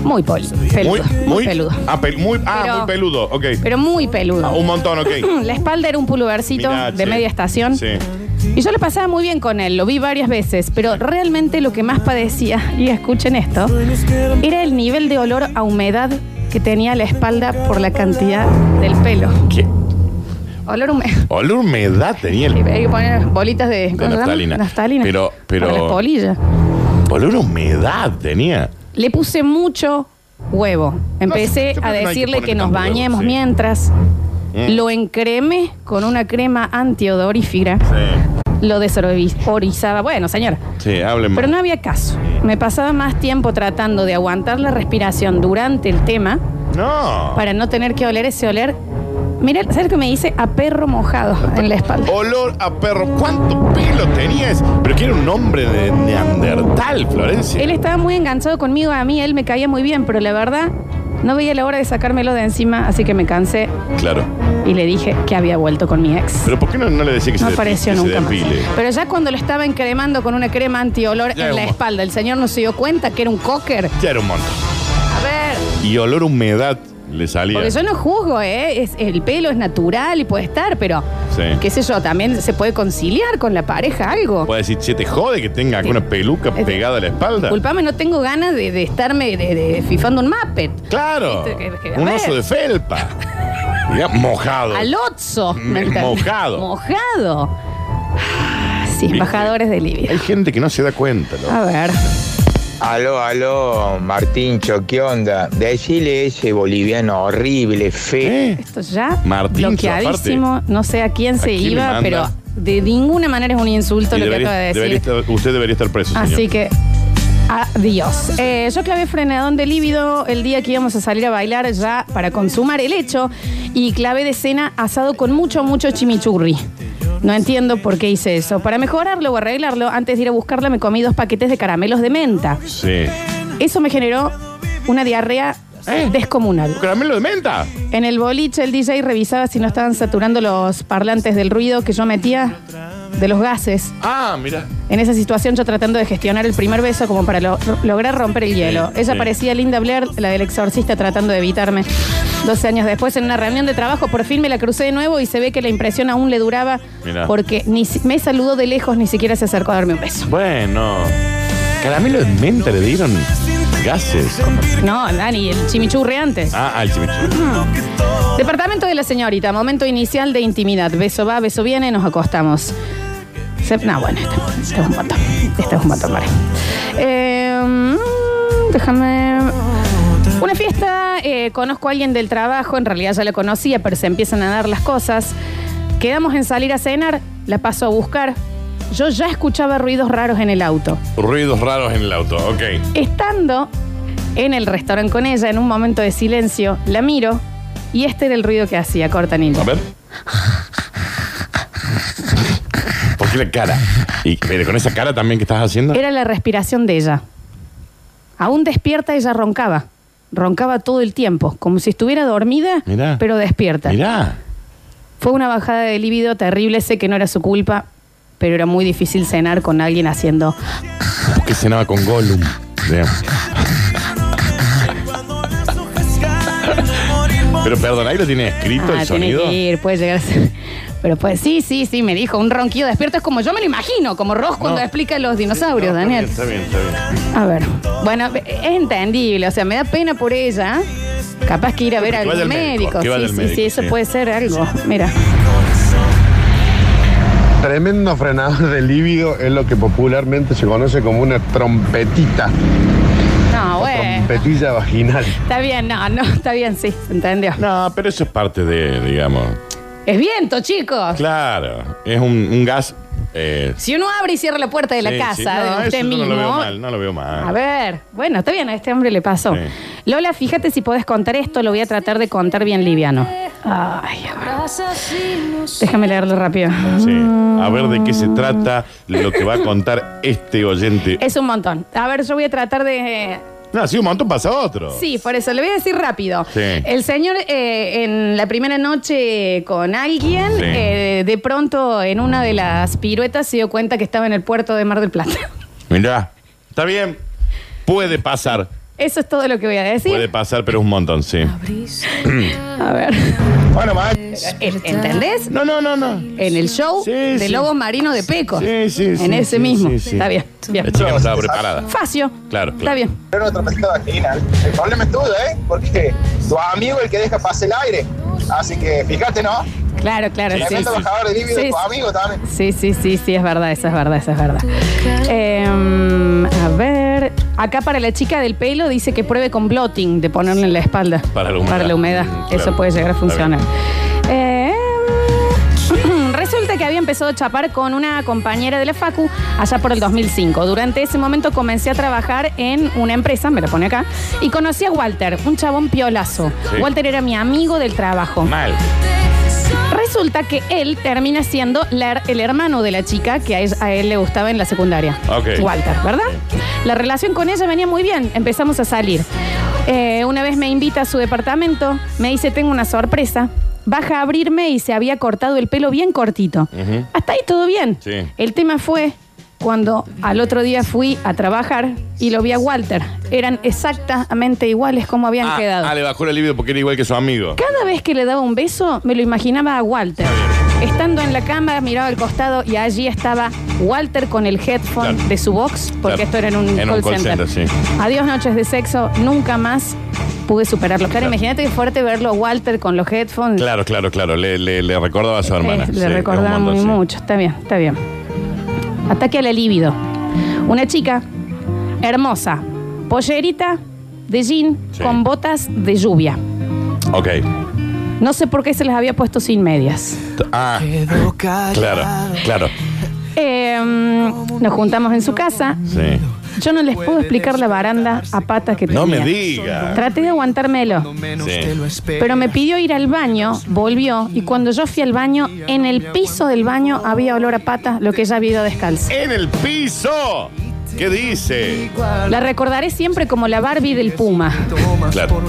Speaker 1: muy poli- peludo. Muy, peludo.
Speaker 2: Ah, pel- muy, ah,
Speaker 1: Pero-
Speaker 2: muy peludo, ok.
Speaker 1: Pero muy peludo.
Speaker 2: Ah, un montón, ok.
Speaker 1: La espalda era un pulvercito
Speaker 2: Mirá,
Speaker 1: de
Speaker 2: che.
Speaker 1: media estación.
Speaker 2: Sí.
Speaker 1: Y yo le pasaba muy bien con él, lo vi varias veces, pero realmente lo que más padecía, y escuchen esto, era el nivel de olor a humedad que tenía la espalda por la cantidad del pelo.
Speaker 2: ¿Qué?
Speaker 1: Olor a humedad.
Speaker 2: Olor a humedad tenía el
Speaker 1: Hay que poner bolitas de, ¿cómo se llama?
Speaker 2: naftalina.
Speaker 1: Naftalina.
Speaker 2: Pero- pero-
Speaker 1: Para las polillas.
Speaker 2: Olor a humedad tenía.
Speaker 1: Le puse mucho huevo.
Speaker 2: yo creo
Speaker 1: Empecé a
Speaker 2: que no hay que
Speaker 1: decirle que,
Speaker 2: ponerle
Speaker 1: nos
Speaker 2: tanto huevo,
Speaker 1: bañemos
Speaker 2: sí.
Speaker 1: mientras.
Speaker 2: Mm.
Speaker 1: Lo encremé con una crema antiodorífera.
Speaker 2: Sí.
Speaker 1: Lo desodorizaba. Bueno, señora.
Speaker 2: Sí, hablen más.
Speaker 1: Pero no había caso. Me pasaba más tiempo tratando de aguantar la respiración durante el tema
Speaker 2: No.
Speaker 1: para no tener que oler ese oler Mira, ¿sabes que me dice? A perro mojado en la espalda.
Speaker 2: Olor a perro. ¿Cuánto pelo tenías? Pero que era un hombre de Neandertal, Florencia.
Speaker 1: Él estaba muy enganchado conmigo, a mí él me caía muy bien, pero la verdad no veía la hora de sacármelo de encima, así que me cansé
Speaker 2: Claro.
Speaker 1: y le dije que había vuelto con mi ex.
Speaker 2: Pero ¿por qué no, no le decía que
Speaker 1: No
Speaker 2: se,
Speaker 1: apareció
Speaker 2: que se
Speaker 1: nunca más.
Speaker 2: depile?
Speaker 1: Pero ya cuando lo estaba encremando con una crema antiolor
Speaker 2: Ya
Speaker 1: en la
Speaker 2: humo.
Speaker 1: espalda, el señor no se dio cuenta que era un cocker.
Speaker 2: Ya era un montón.
Speaker 1: A ver,
Speaker 2: Y olor a humedad le salía.
Speaker 1: porque yo no juzgo, ¿eh? Es- el pelo es natural y puede estar, pero
Speaker 2: Sí.
Speaker 1: qué sé yo, también se puede conciliar con la pareja algo.
Speaker 2: Puede decir, che, te jode que tenga una peluca
Speaker 1: Es-
Speaker 2: pegada a la espalda.
Speaker 1: Culpame, no tengo ganas de, de estarme de, de fifando un Muppet.
Speaker 2: Claro.
Speaker 1: Viste que- que- a
Speaker 2: un
Speaker 1: ver.
Speaker 2: oso de felpa. Ya, mojado.
Speaker 1: Al Otso. ¿me
Speaker 2: Mm,
Speaker 1: entendés?
Speaker 2: mojado.
Speaker 1: Mojado. Ah, Sí,
Speaker 2: Viste.
Speaker 1: embajadores de
Speaker 2: Hay
Speaker 1: Libia.
Speaker 2: gente que no se da cuenta, loco.
Speaker 1: A ver.
Speaker 3: Aló, aló, Martincho, ¿qué onda? Decile ese boliviano horrible, feo.
Speaker 2: ¿Eh?
Speaker 1: Esto ya
Speaker 2: Martín,
Speaker 1: bloqueadísimo. No sé a quién se
Speaker 2: quién le
Speaker 1: iba,
Speaker 2: manda?
Speaker 1: pero de ninguna manera es un insulto
Speaker 2: Y
Speaker 1: lo
Speaker 2: debería-
Speaker 1: que acaba de
Speaker 2: debería
Speaker 1: decir. Ah,
Speaker 2: estar- usted debería estar preso, señor.
Speaker 1: Así que. Adiós. Eh, yo clavé frenadón de líbido el día que íbamos a salir a bailar ya para consumar el hecho y clavé de cena asado con mucho, mucho chimichurri. No entiendo por qué hice eso. Para mejorarlo o arreglarlo, antes de ir a buscarla me comí dos paquetes de caramelos de menta.
Speaker 2: Sí.
Speaker 1: Eso me generó una diarrea descomunal.
Speaker 2: ¿Caramelo de menta?
Speaker 1: En el boliche el DJ revisaba si no estaban saturando los parlantes del ruido que yo metía, de los gases.
Speaker 2: Ah, mira.
Speaker 1: En esa situación yo tratando de gestionar el primer beso como para lo- lograr romper el hielo. Ella
Speaker 2: sí.
Speaker 1: parecía Linda Blair, la del exorcista, tratando de evitarme. 12 años después, en una reunión de trabajo, por fin me la crucé de nuevo y se ve que la impresión aún le duraba
Speaker 2: Mirá.
Speaker 1: porque ni si- me saludó de lejos, ni siquiera se acercó a darme un beso.
Speaker 2: Bueno. Caramelo de menta le dieron gases.
Speaker 1: No, Dani, el chimichurri antes.
Speaker 2: Ah, al chimichurri.
Speaker 1: Departamento de la señorita, momento inicial de intimidad. Beso va, beso viene, nos acostamos. Se- no, bueno, este, este es un montón. Este es un montón, vale. Eh, mm, déjame. Una fiesta, eh, conozco a alguien del trabajo, en realidad ya la conocía, pero se empiezan a dar las cosas. Quedamos en salir a cenar, la paso a buscar. Yo ya escuchaba ruidos raros en el auto.
Speaker 2: Ruidos raros en el auto, ok.
Speaker 1: Estando en el restaurante con ella, en un momento de silencio, la miro y este era el ruido que hacía, cortanillo.
Speaker 2: A ver. ¿Por qué la cara? Y pero con esa cara también que estás haciendo.
Speaker 1: Era la respiración de ella. Aún despierta, ella roncaba. Roncaba todo el tiempo, como si estuviera dormida,
Speaker 2: Mirá.
Speaker 1: pero despierta.
Speaker 2: Mirá.
Speaker 1: Fue una bajada de líbido terrible, sé que no era su culpa, pero era muy difícil cenar con alguien haciendo.
Speaker 2: Porque cenaba con Gollum. Digamos. Pero perdón, ahí lo tiene escrito
Speaker 1: Ah,
Speaker 2: el
Speaker 1: tiene
Speaker 2: sonido.
Speaker 1: que ir, puede llegar a ser. Pero pues sí, sí, sí, me dijo, un ronquido despierto es como yo me lo imagino, como Ross cuando
Speaker 2: No.
Speaker 1: explica los dinosaurios,
Speaker 2: No, está
Speaker 1: Daniel.
Speaker 2: bien, Está bien, está bien.
Speaker 1: A ver, bueno, es entendible, o sea, me da pena por ella. Capaz que ir a ver
Speaker 2: Que
Speaker 1: a
Speaker 2: vaya
Speaker 1: algún
Speaker 2: al médico,
Speaker 1: médico.
Speaker 2: que vaya
Speaker 1: Sí,
Speaker 2: al
Speaker 1: sí,
Speaker 2: médico,
Speaker 1: sí, eso
Speaker 2: sí.
Speaker 1: puede ser algo. Mira.
Speaker 4: Tremendo frenador de líbido es lo que popularmente se conoce como una trompetita,
Speaker 1: No, bueno.
Speaker 4: trompetilla vaginal.
Speaker 1: Está bien, no, no, está bien, sí, se entendió.
Speaker 2: No, pero eso es parte de, digamos.
Speaker 1: Es viento, chicos.
Speaker 2: Claro, es un, un gas. eh,
Speaker 1: Si uno abre y cierra la puerta de la
Speaker 2: sí,
Speaker 1: casa
Speaker 2: sí.
Speaker 1: de
Speaker 2: No, eso
Speaker 1: usted
Speaker 2: yo
Speaker 1: mismo.
Speaker 2: No lo veo mal, no lo veo mal.
Speaker 1: A ver, bueno, está bien, a este hombre le pasó.
Speaker 2: Sí.
Speaker 1: Lola, fíjate si podés contar esto, lo voy a tratar de contar bien liviano. Ay, a ver, déjame leerlo rápido.
Speaker 2: Sí. A ver de qué se trata lo que va a contar este oyente.
Speaker 1: Es un montón. A ver, yo voy a tratar de
Speaker 2: No, sí, un montón pasa otro.
Speaker 1: Sí, por eso, le voy a decir rápido.
Speaker 2: Sí.
Speaker 1: El señor eh, en la primera noche con alguien,
Speaker 2: Sí.
Speaker 1: eh, de pronto en una de las piruetas se dio cuenta que estaba en el puerto de Mar del Plata.
Speaker 2: Mirá, está bien. Puede pasar,
Speaker 1: Eso es todo lo que voy a decir.
Speaker 2: puede pasar, pero es un montón, sí.
Speaker 1: A ver.
Speaker 2: Bueno, va.
Speaker 1: En- ¿Entendés?
Speaker 2: No, no, no, no.
Speaker 1: En el show
Speaker 2: Sí,
Speaker 1: de
Speaker 2: sí.
Speaker 1: Lobo Marino de Peco.
Speaker 2: Sí, sí,
Speaker 1: En
Speaker 2: sí,
Speaker 1: ese
Speaker 2: sí,
Speaker 1: mismo.
Speaker 2: sí, sí.
Speaker 1: Está bien.
Speaker 2: La
Speaker 1: Bien.
Speaker 2: chica no estaba preparada.
Speaker 1: Facio.
Speaker 2: Claro,
Speaker 1: Está
Speaker 2: claro.
Speaker 1: bien.
Speaker 5: Era una trompetita vaginal. El problema es tuyo, ¿eh? Porque tu amigo es el que deja pase el aire. Así que fíjate, ¿no?
Speaker 1: Claro, claro.
Speaker 2: Sí,
Speaker 1: sí.
Speaker 5: Tremendo bajador de líbido,
Speaker 1: Sí,
Speaker 5: tu
Speaker 1: sí.
Speaker 5: amigo también.
Speaker 1: Sí, sí, sí, sí, es verdad, esa es verdad, esa es verdad. Em, a ver, acá para la chica del pelo dice que pruebe con blotting de ponerle en la espalda.
Speaker 2: Para la humedad. Mm, claro.
Speaker 1: Eso puede llegar a
Speaker 2: Está
Speaker 1: funcionar. Em, Resulta que había empezado a chapar con una compañera de la Facu allá por el 2005. Durante ese momento comencé a trabajar en una empresa, me la pone acá, y conocí a Walter, un chabón piolazo.
Speaker 2: Sí.
Speaker 1: Walter era mi amigo del trabajo.
Speaker 2: Mal.
Speaker 1: Resulta que él termina siendo la her- el hermano de la chica que a él, a él le gustaba en la secundaria.
Speaker 2: Ok.
Speaker 1: Walter, ¿verdad? La relación con ella venía muy bien. Empezamos a salir. Eh, una vez me invita a su departamento, me dice, tengo una sorpresa. Baja a abrirme y se había cortado el pelo bien cortito.
Speaker 2: Ujú.
Speaker 1: Hasta ahí todo bien.
Speaker 2: Sí.
Speaker 1: El tema fue cuando al otro día fui a trabajar y lo vi a Walter. Eran exactamente iguales como habían
Speaker 2: Ah,
Speaker 1: quedado.
Speaker 2: ah, le bajó la libido porque era igual que su amigo.
Speaker 1: Cada vez que le daba un beso, me lo imaginaba a Walter. Estando en la cama, miraba al costado y allí estaba Walter con el headphone
Speaker 2: Claro.
Speaker 1: de su box, porque
Speaker 2: Claro.
Speaker 1: esto era en un
Speaker 2: En
Speaker 1: call,
Speaker 2: un call
Speaker 1: center.
Speaker 2: center, sí.
Speaker 1: Adiós noches de sexo, nunca más pude superarlo. Claro,
Speaker 2: Claro.
Speaker 1: imagínate qué fuerte verlo a Walter con los headphones.
Speaker 2: Claro, claro, claro. Le, le, le recordaba a su
Speaker 1: Eh,
Speaker 2: hermana.
Speaker 1: le
Speaker 2: Sí, es un
Speaker 1: recordaba
Speaker 2: montón,
Speaker 1: muy
Speaker 2: sí.
Speaker 1: mucho. Está bien, está bien. Ataque a la libido. Una chica hermosa, pollerita de jean
Speaker 2: Sí.
Speaker 1: con botas de lluvia.
Speaker 2: Ok.
Speaker 1: No sé por qué se las había puesto sin medias.
Speaker 2: Ah, claro, claro.
Speaker 1: Eh, nos juntamos en su casa.
Speaker 2: Sí.
Speaker 1: Yo no les puedo explicar la baranda a patas que
Speaker 2: No
Speaker 1: tenía.
Speaker 2: me diga.
Speaker 1: Traté de aguantármelo,
Speaker 2: Sí.
Speaker 1: pero me pidió ir al baño, volvió, y cuando yo fui al baño, en el piso del baño había olor a patas, lo que ella había ido descalza.
Speaker 2: En el piso. ¿Qué dice?
Speaker 1: La recordaré siempre como la Barbie del Puma.
Speaker 2: Claro.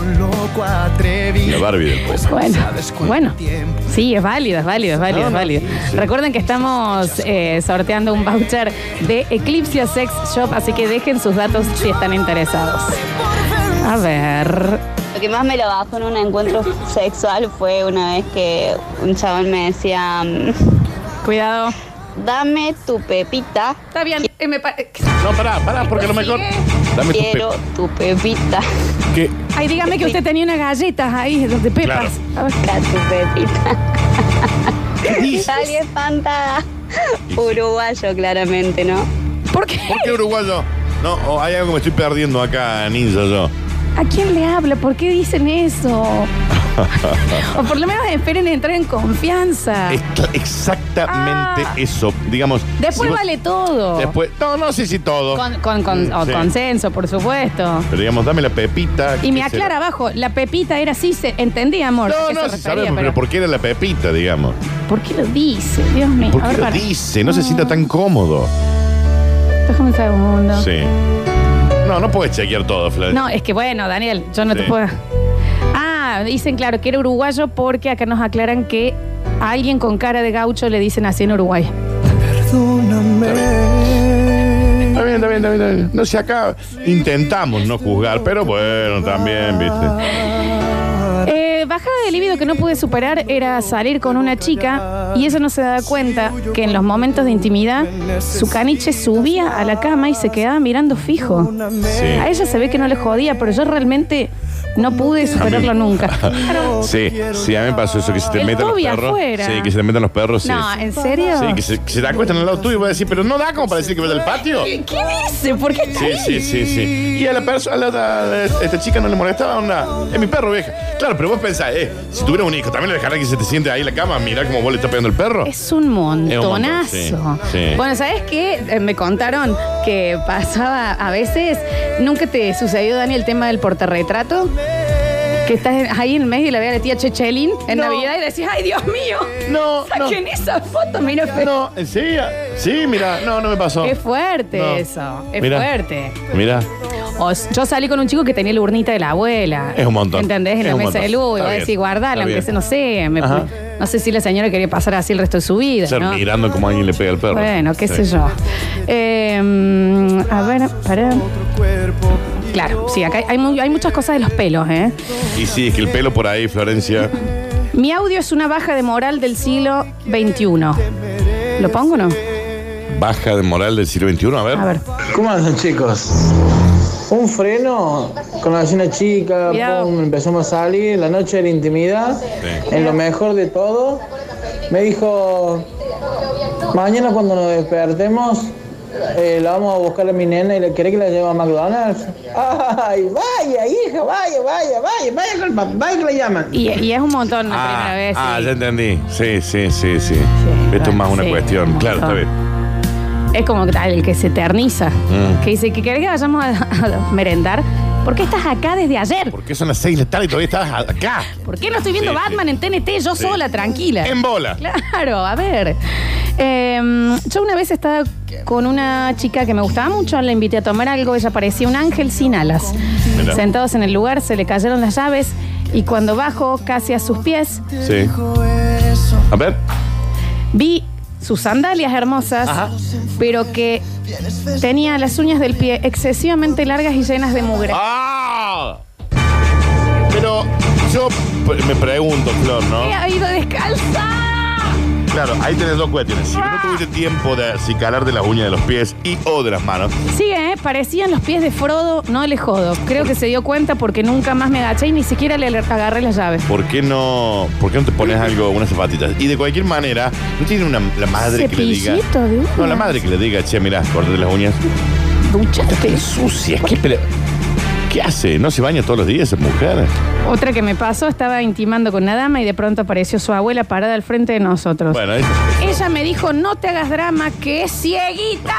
Speaker 2: La Barbie del Puma.
Speaker 1: Bueno, bueno. Sí, es válido, es válido, es válido, es válido. Recuerden que estamos eh, sorteando un voucher de Eclipse Sex Shop, así que dejen sus datos si están interesados. A ver.
Speaker 6: Lo que más me lo bajó en un encuentro sexual fue una vez que un chabón me decía, mm,
Speaker 1: Cuidado.
Speaker 6: dame tu pepita,
Speaker 1: Está bien. eh, me pa-
Speaker 2: No, pará, pará, porque a lo mejor. Dame tu
Speaker 6: quiero
Speaker 2: pepa.
Speaker 6: tu pepita,
Speaker 2: ¿Qué?
Speaker 1: Ay, dígame que usted tenía unas galletas ahí de pepas. A ver.
Speaker 6: da tu pepita.
Speaker 2: ¿Qué dice?
Speaker 6: Nadie espanta uruguayo claramente, ¿no?
Speaker 1: ¿Por qué?
Speaker 2: ¿Por qué uruguayo? No, o hay algo que me estoy perdiendo acá, ninja, yo.
Speaker 1: ¿A quién le habla? ¿Por qué dicen eso? o por lo menos esperen entrar en confianza.
Speaker 2: Está exactamente
Speaker 1: Ah.
Speaker 2: eso. Digamos. si
Speaker 1: Después
Speaker 2: vos-
Speaker 1: vale todo.
Speaker 2: Después. No, no sé si todo. Mm,
Speaker 1: Con, con- con- o
Speaker 2: Sí.
Speaker 1: consenso, por supuesto.
Speaker 2: Pero digamos, dame la pepita.
Speaker 1: Y
Speaker 2: que
Speaker 1: me
Speaker 2: se-
Speaker 1: aclara abajo, la pepita era así, se entendí, amor.
Speaker 2: No,
Speaker 1: ¿Qué
Speaker 2: no,
Speaker 1: se
Speaker 2: sí
Speaker 1: refería?
Speaker 2: sabemos, pero
Speaker 1: Pero,
Speaker 2: ¿por qué era la pepita, digamos?
Speaker 1: ¿por qué lo dice? Dios mío.
Speaker 2: ¿Por
Speaker 1: A
Speaker 2: qué
Speaker 1: ver,
Speaker 2: lo
Speaker 1: para. Mm,
Speaker 2: dice? No se sienta tan cómodo.
Speaker 1: Déjame un segundo.
Speaker 2: Sí. No, no puedes chequear todo, Flavio.
Speaker 1: No, es que bueno, Daniel, yo no te
Speaker 2: Sí.
Speaker 1: puedo. Ah, dicen claro que era uruguayo porque acá nos aclaran que a alguien con cara de gaucho le dicen así en Uruguay.
Speaker 2: Está bien, está bien, está bien, está bien. No sé, acá intentamos no juzgar, pero bueno, también, viste.
Speaker 1: Eh, bajada de libido que no pude superar era salir con una chica y ella no se daba cuenta que en los momentos de intimidad su caniche subía a la cama y se quedaba mirando fijo. A
Speaker 2: Sí.
Speaker 1: ella se ve que no le jodía, pero yo realmente no pude superarlo nunca. Claro.
Speaker 2: Sí, sí, a mí me pasó eso, que se te
Speaker 1: El
Speaker 2: metan los
Speaker 1: Toby
Speaker 2: perros.
Speaker 1: afuera.
Speaker 2: Sí, que se te metan los perros, sí.
Speaker 1: No, ¿en serio?
Speaker 2: Sí, que se, que se te acuestan al lado tuyo y vas a decir, pero no da como para decir que vas al patio.
Speaker 1: ¿Qué dice? ¿Por qué está
Speaker 2: Sí,
Speaker 1: ahí?
Speaker 2: sí, sí, sí. Y a la persona, a, la- a la- esta chica no le molestaba una. Es mi perro, vieja. Claro, pero vos pensás, eh, si tuviera un hijo, también le dejará que se te siente ahí en la cama, mirá cómo vos le estás pegando el perro.
Speaker 1: Es un montonazo.
Speaker 2: Es un montón, sí, sí.
Speaker 1: Bueno, ¿sabes qué? Eh, me contaron que pasaba a veces. ¿Nunca te sucedió, Dani, el tema del portarretrato? Que estás en- ahí en el medio y la veía la tía Chechelin en
Speaker 2: No.
Speaker 1: Navidad y decís, ¡ay, Dios mío!
Speaker 2: No, no.
Speaker 1: ¡Saquen esa foto! Mira,
Speaker 2: No, en sí, sí, mira, no, no me pasó.
Speaker 1: qué fuerte
Speaker 2: No.
Speaker 1: eso. Es
Speaker 2: Mirá.
Speaker 1: fuerte.
Speaker 2: Mira,
Speaker 1: O s- yo salí con un chico que tenía la urnita de la abuela.
Speaker 2: Es un montón.
Speaker 1: ¿Entendés? En
Speaker 2: Es
Speaker 1: la
Speaker 2: un
Speaker 1: mesa
Speaker 2: montón.
Speaker 1: de luz. Y
Speaker 2: Está
Speaker 1: vos
Speaker 2: bien.
Speaker 1: decís, guardala,
Speaker 2: Está
Speaker 1: aunque
Speaker 2: bien.
Speaker 1: sea, no sé. me-
Speaker 2: Ajá.
Speaker 1: no sé si la señora quería pasar así el resto de su vida.
Speaker 2: ser
Speaker 1: ¿no?
Speaker 2: mirando como alguien le pega el perro.
Speaker 1: Bueno, qué
Speaker 2: Sí.
Speaker 1: sé yo. Eh, a ver, para. Claro, sí, acá hay, hay mu- hay muchas cosas de los pelos, ¿eh?
Speaker 2: Y sí, es que el pelo por ahí, Florencia.
Speaker 1: Mi audio es una baja de moral del siglo XXI. ¿Lo pongo o no?
Speaker 2: Baja de moral del siglo XXI, a ver.
Speaker 1: A ver.
Speaker 7: ¿Cómo andan chicos? Un freno, conocí una chica,
Speaker 1: Cuidado.
Speaker 7: pum, empezamos a salir, la noche de la intimidad,
Speaker 2: Sí.
Speaker 7: en lo mejor de todo, me dijo, mañana cuando nos despertemos, eh, la vamos a buscar a mi nena y le quiere que la lleve a McDonald's. Ay, vaya hija, vaya, vaya, vaya, vaya, con el papá, vaya que la llaman.
Speaker 1: Y, y es un montón la primera vez.
Speaker 2: ah,
Speaker 1: sí.
Speaker 2: ya entendí. Sí, sí, sí, sí. Esto
Speaker 1: bueno,
Speaker 2: es más una
Speaker 1: sí,
Speaker 2: cuestión.
Speaker 1: un
Speaker 2: Claro, está
Speaker 1: montón.
Speaker 2: bien.
Speaker 1: Es como tal, el que se eterniza.
Speaker 2: Mm.
Speaker 1: Que dice que querés que vayamos a, a merendar. ¿Por qué estás acá desde ayer?
Speaker 2: ¿Por qué son las 6 de la tarde y todavía estás a- acá?
Speaker 1: ¿Por qué no estoy viendo
Speaker 2: Sí,
Speaker 1: Batman en TNT yo
Speaker 2: Sí.
Speaker 1: sola, tranquila?
Speaker 2: En bola.
Speaker 1: Claro, a ver. Eh, yo una vez estaba con una chica que me gustaba mucho, la invité a tomar algo, ella parecía un ángel sin alas.
Speaker 2: Mira.
Speaker 1: Sentados en el lugar, se le cayeron las llaves y cuando bajo, casi a sus pies,
Speaker 2: Sí. A ver.
Speaker 1: vi sus sandalias hermosas,
Speaker 2: Ajá.
Speaker 1: pero que tenía las uñas del pie excesivamente largas y llenas de mugre.
Speaker 2: ¡Ah! Pero yo p- me pregunto, Flor, ¿no?
Speaker 1: Ha ido descalzada.
Speaker 2: Claro, ahí tenés dos cuestiones. Si no tuviste tiempo de acicalar de las uñas de los pies y o de las manos,
Speaker 1: Sigue, ¿eh? parecían los pies de Frodo, no le jodo. Creo que se dio cuenta porque nunca más me agaché y ni siquiera le agarré las llaves.
Speaker 2: ¿por qué no, por qué no te pones algo, unas zapatitas? Y de cualquier manera, no tiene una, la madre que le diga.
Speaker 1: Cepillito de uñas.
Speaker 2: No, la madre que le diga, che, mirá, cortate las uñas.
Speaker 1: Duchate.
Speaker 2: Sucias, ¿qué, pele- ¿qué hace? ¿No se baña todos los días esa mujer?
Speaker 1: Otra que me pasó, estaba intimando con una dama y de pronto apareció su abuela parada al frente de nosotros.
Speaker 2: Bueno, eso.
Speaker 1: Ella me dijo, no te hagas drama, que es cieguita.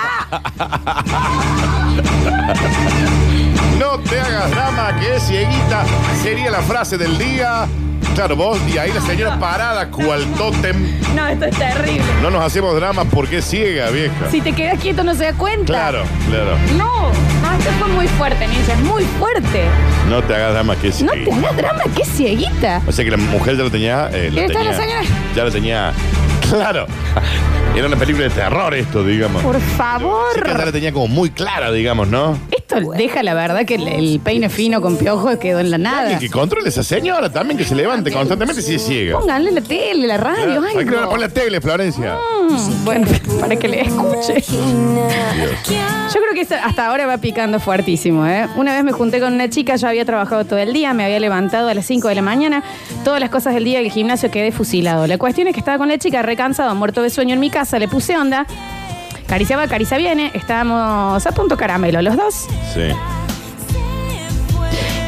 Speaker 2: No te hagas drama, que es cieguita, sería la frase del día. Claro, vos y ahí la señora parada, cual tótem.
Speaker 1: No, esto es terrible.
Speaker 2: No nos hacemos drama porque es ciega, vieja.
Speaker 1: Si te quedas quieto no se da cuenta.
Speaker 2: Claro, claro.
Speaker 1: No, no, esto fue muy fuerte, Ninja, es muy fuerte.
Speaker 2: No te hagas drama, que es
Speaker 1: No
Speaker 2: cieguita.
Speaker 1: te hagas drama, que es cieguita.
Speaker 2: O sea que la mujer ya lo tenía. eh, lo
Speaker 1: Ahí está la
Speaker 2: tenía-
Speaker 1: señora.
Speaker 2: ya lo tenía. Claro. Era una película de terror esto, digamos.
Speaker 1: Por
Speaker 2: Sí que ya
Speaker 1: favor.
Speaker 2: la tenía como muy clara, digamos, ¿no?
Speaker 1: Esto deja la verdad que el, el peine fino con piojos quedó en la
Speaker 2: Y
Speaker 1: nada.
Speaker 2: que controle a esa señora también, que se levante constantemente si es ciega.
Speaker 1: Pónganle la tele, la radio,
Speaker 2: Claro. Hay que
Speaker 1: algo.
Speaker 2: poner la tele, Florencia.
Speaker 1: Mm, Bueno, para que le escuche. Yo creo que eso hasta ahora va picando fuertísimo, ¿eh? Una vez me junté con una chica, yo había trabajado todo el día, me había levantado a las 5 de la mañana, todas las cosas del día del gimnasio quedé fusilado. La cuestión es que estaba con la chica recansado, muerto de sueño en mi casa, le puse onda, caricia va, caricia viene, estábamos a punto caramelo los dos.
Speaker 2: Sí.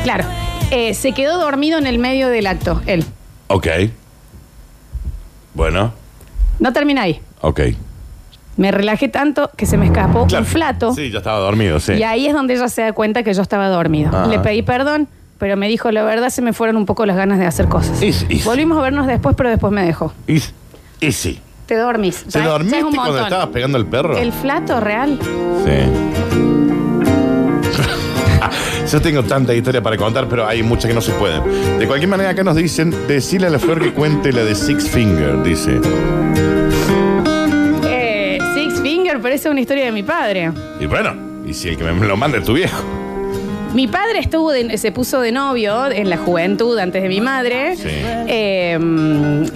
Speaker 1: Claro, eh, se quedó dormido en el medio del acto, él.
Speaker 2: Ok. Bueno,
Speaker 1: No termina ahí.
Speaker 2: ok.
Speaker 1: Me relajé tanto que se me escapó
Speaker 2: Claro.
Speaker 1: un flato.
Speaker 2: Sí, ya estaba dormido, sí. Ah.
Speaker 1: Y ahí es donde ella se da cuenta que yo estaba dormido.
Speaker 2: Ajá.
Speaker 1: Le pedí perdón, pero me dijo, la verdad se me fueron un poco las ganas de hacer cosas.
Speaker 2: Y sí, y sí.
Speaker 1: Volvimos a vernos después, pero después me dejó.
Speaker 2: Y, y sí.
Speaker 1: Te dormís.
Speaker 2: ¿Te
Speaker 1: Ya- ya es
Speaker 2: dormiste
Speaker 1: un
Speaker 2: cuando
Speaker 1: montón.
Speaker 2: estabas pegando al perro?
Speaker 1: El flato real.
Speaker 2: Sí. Ah, Yo tengo tanta historia para contar, pero hay muchas que no se pueden. De cualquier manera, acá nos dicen, decile a la flor que cuente la de Six Finger, dice.
Speaker 1: Eh, Six Finger parece una historia de mi padre.
Speaker 2: Y bueno, y si el que me lo manda es tu viejo.
Speaker 1: Mi padre estuvo de- se puso de novio en la juventud antes de mi madre
Speaker 2: Sí.
Speaker 1: eh,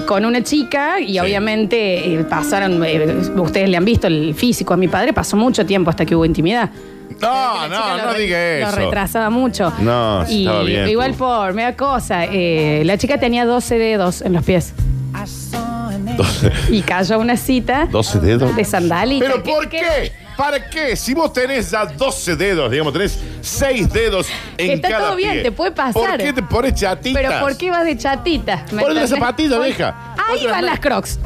Speaker 1: con una chica y
Speaker 2: Sí.
Speaker 1: obviamente eh, pasaron, eh, ustedes le han visto el físico a mi padre, pasó mucho tiempo hasta que hubo intimidad.
Speaker 2: No,
Speaker 1: La chica
Speaker 2: Ah, no,
Speaker 1: lo
Speaker 2: no
Speaker 1: re-
Speaker 2: diga
Speaker 1: Lo
Speaker 2: eso.
Speaker 1: retrasaba mucho.
Speaker 2: No, sí,
Speaker 1: Y
Speaker 2: estaba bien.
Speaker 1: Igual por, me da cosa. eh, la chica tenía 12 dedos en los pies.
Speaker 2: Doce-
Speaker 1: Y cayó a una cita
Speaker 2: 12 dedos.
Speaker 1: de sandalita.
Speaker 2: ¿Pero por qué? ¿Para qué? Si vos tenés ya 12 dedos, digamos, tenés 6 dedos en
Speaker 1: Está
Speaker 2: cada
Speaker 1: todo bien,
Speaker 2: pie.
Speaker 1: te puede pasar.
Speaker 2: ¿Por qué te pones chatitas?
Speaker 1: ¿Pero por qué vas de chatita? ¿Me
Speaker 2: Ponete las
Speaker 1: entendés?
Speaker 2: zapatillas,
Speaker 1: Pon-
Speaker 2: vieja.
Speaker 1: Ahí
Speaker 2: Ponete
Speaker 1: van
Speaker 2: las-
Speaker 1: las crocs.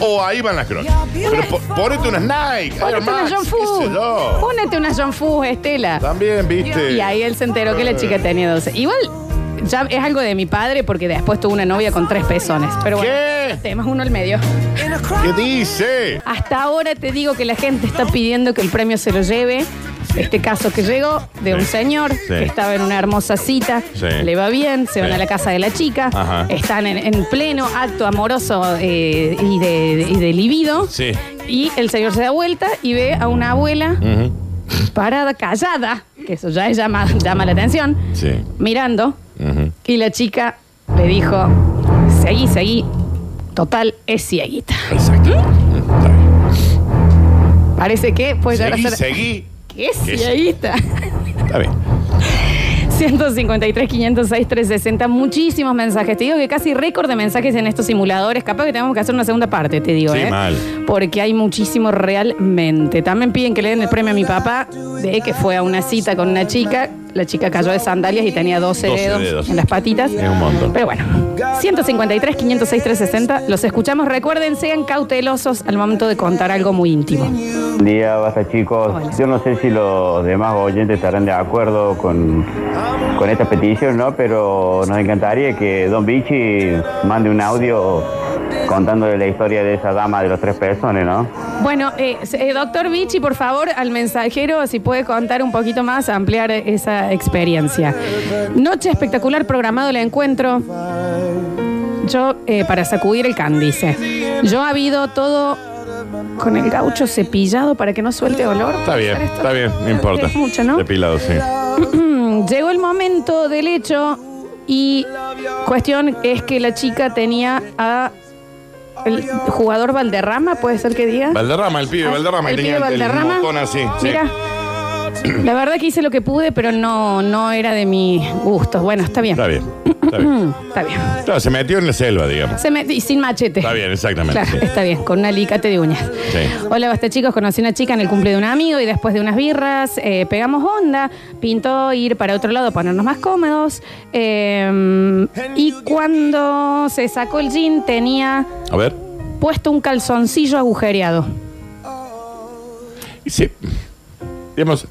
Speaker 2: O ahí van las crocs. Pero po- ponete unas Nike. Air
Speaker 1: Ponete
Speaker 2: Max,
Speaker 1: unas John
Speaker 2: qué sé
Speaker 1: Fu.
Speaker 2: yo.
Speaker 1: Pónete unas John Fu, Estela.
Speaker 2: También, viste.
Speaker 1: Y ahí él se enteró que la chica tenía 12. Igual ya es algo de mi padre porque después tuvo una novia con tres pezones. Pero bueno,
Speaker 2: ¿Qué?
Speaker 1: temas uno al medio.
Speaker 2: ¿Qué dice?
Speaker 1: Hasta ahora te digo que la gente está pidiendo que el premio se lo lleve. Este caso que llegó de un
Speaker 2: Sí.
Speaker 1: señor que estaba en una hermosa cita,
Speaker 2: Sí.
Speaker 1: le va bien, se van
Speaker 2: Sí.
Speaker 1: a la casa de la chica,
Speaker 2: Ajá.
Speaker 1: están en, en pleno acto amoroso eh, y, de, y de libido.
Speaker 2: Sí.
Speaker 1: Y el señor se da vuelta y ve a una abuela
Speaker 2: Ujú. Mm.
Speaker 1: parada, callada, que eso ya es llama, llama la atención,
Speaker 2: Sí.
Speaker 1: mirando.
Speaker 2: Ujú.
Speaker 1: Y la chica le dijo, seguí, seguí, total, es cieguita.
Speaker 2: Exacto. Está bien.
Speaker 1: Parece que puede llegar a
Speaker 2: Seguí,
Speaker 1: ser...
Speaker 2: seguí.
Speaker 1: ¿Qué es
Speaker 2: ¿Qué es?
Speaker 1: cieguita?
Speaker 2: Está bien.
Speaker 1: 153, 506, 360, muchísimos mensajes. Te digo que casi récord de mensajes en estos simuladores. Capaz que tenemos que hacer una segunda parte, te digo,
Speaker 2: Sí,
Speaker 1: ¿eh?
Speaker 2: mal.
Speaker 1: Porque hay muchísimo realmente. También piden que le den el premio a mi papá de que fue a una cita con una chica la chica cayó de sandalias y tenía 12,
Speaker 2: 12
Speaker 1: dedos,
Speaker 2: dedos.
Speaker 1: en las patitas.
Speaker 2: Es un montón.
Speaker 1: Pero bueno, 153, 506, 360, los escuchamos. Recuerden, sean cautelosos al momento de contar algo muy íntimo.
Speaker 8: Buen día, basta chicos.
Speaker 1: Hola.
Speaker 8: Yo no sé si los demás oyentes estarán de acuerdo con, con esta petición, ¿no? Pero nos encantaría que Don Vichy mande un audio contándole la historia de esa dama de los tres personas, ¿no?
Speaker 1: Bueno, eh, eh, doctor Vichy, por favor, al mensajero, si puede contar un poquito más, ampliar esa experiencia. Noche espectacular, programado el encuentro. Yo, eh, para sacudir el candice. Yo ha habido todo con el gaucho cepillado para que no suelte olor.
Speaker 2: Está bien, está bien, no importa.
Speaker 1: Es mucho, ¿no?
Speaker 2: Depilado, sí.
Speaker 1: Llegó el momento del hecho y cuestión es que la chica tenía a el jugador Valderrama, puede ser que diga.
Speaker 2: Valderrama, el pibe, Valderrama.
Speaker 1: Ah, El
Speaker 2: que tenía
Speaker 1: pibe Valderrama.
Speaker 2: El motón así. sí.
Speaker 1: Mira. La verdad que hice lo que pude, pero no, no era de mis gustos. Bueno, está bien.
Speaker 2: Está bien, está bien.
Speaker 1: Mm, está bien.
Speaker 2: Claro, se metió en la selva, digamos.
Speaker 1: Se me- y sin machete.
Speaker 2: Está bien, exactamente.
Speaker 1: Claro,
Speaker 2: sí.
Speaker 1: está bien, con un alicate de uñas.
Speaker 2: Sí.
Speaker 1: Hola, basta chicos, conocí una chica en el cumple de un amigo y después de unas birras eh, pegamos onda, pintó ir para otro lado, ponernos más cómodos. eh, y cuando se sacó el jean tenía
Speaker 2: A ver.
Speaker 1: puesto un calzoncillo agujereado.
Speaker 2: Y sí. Digamos,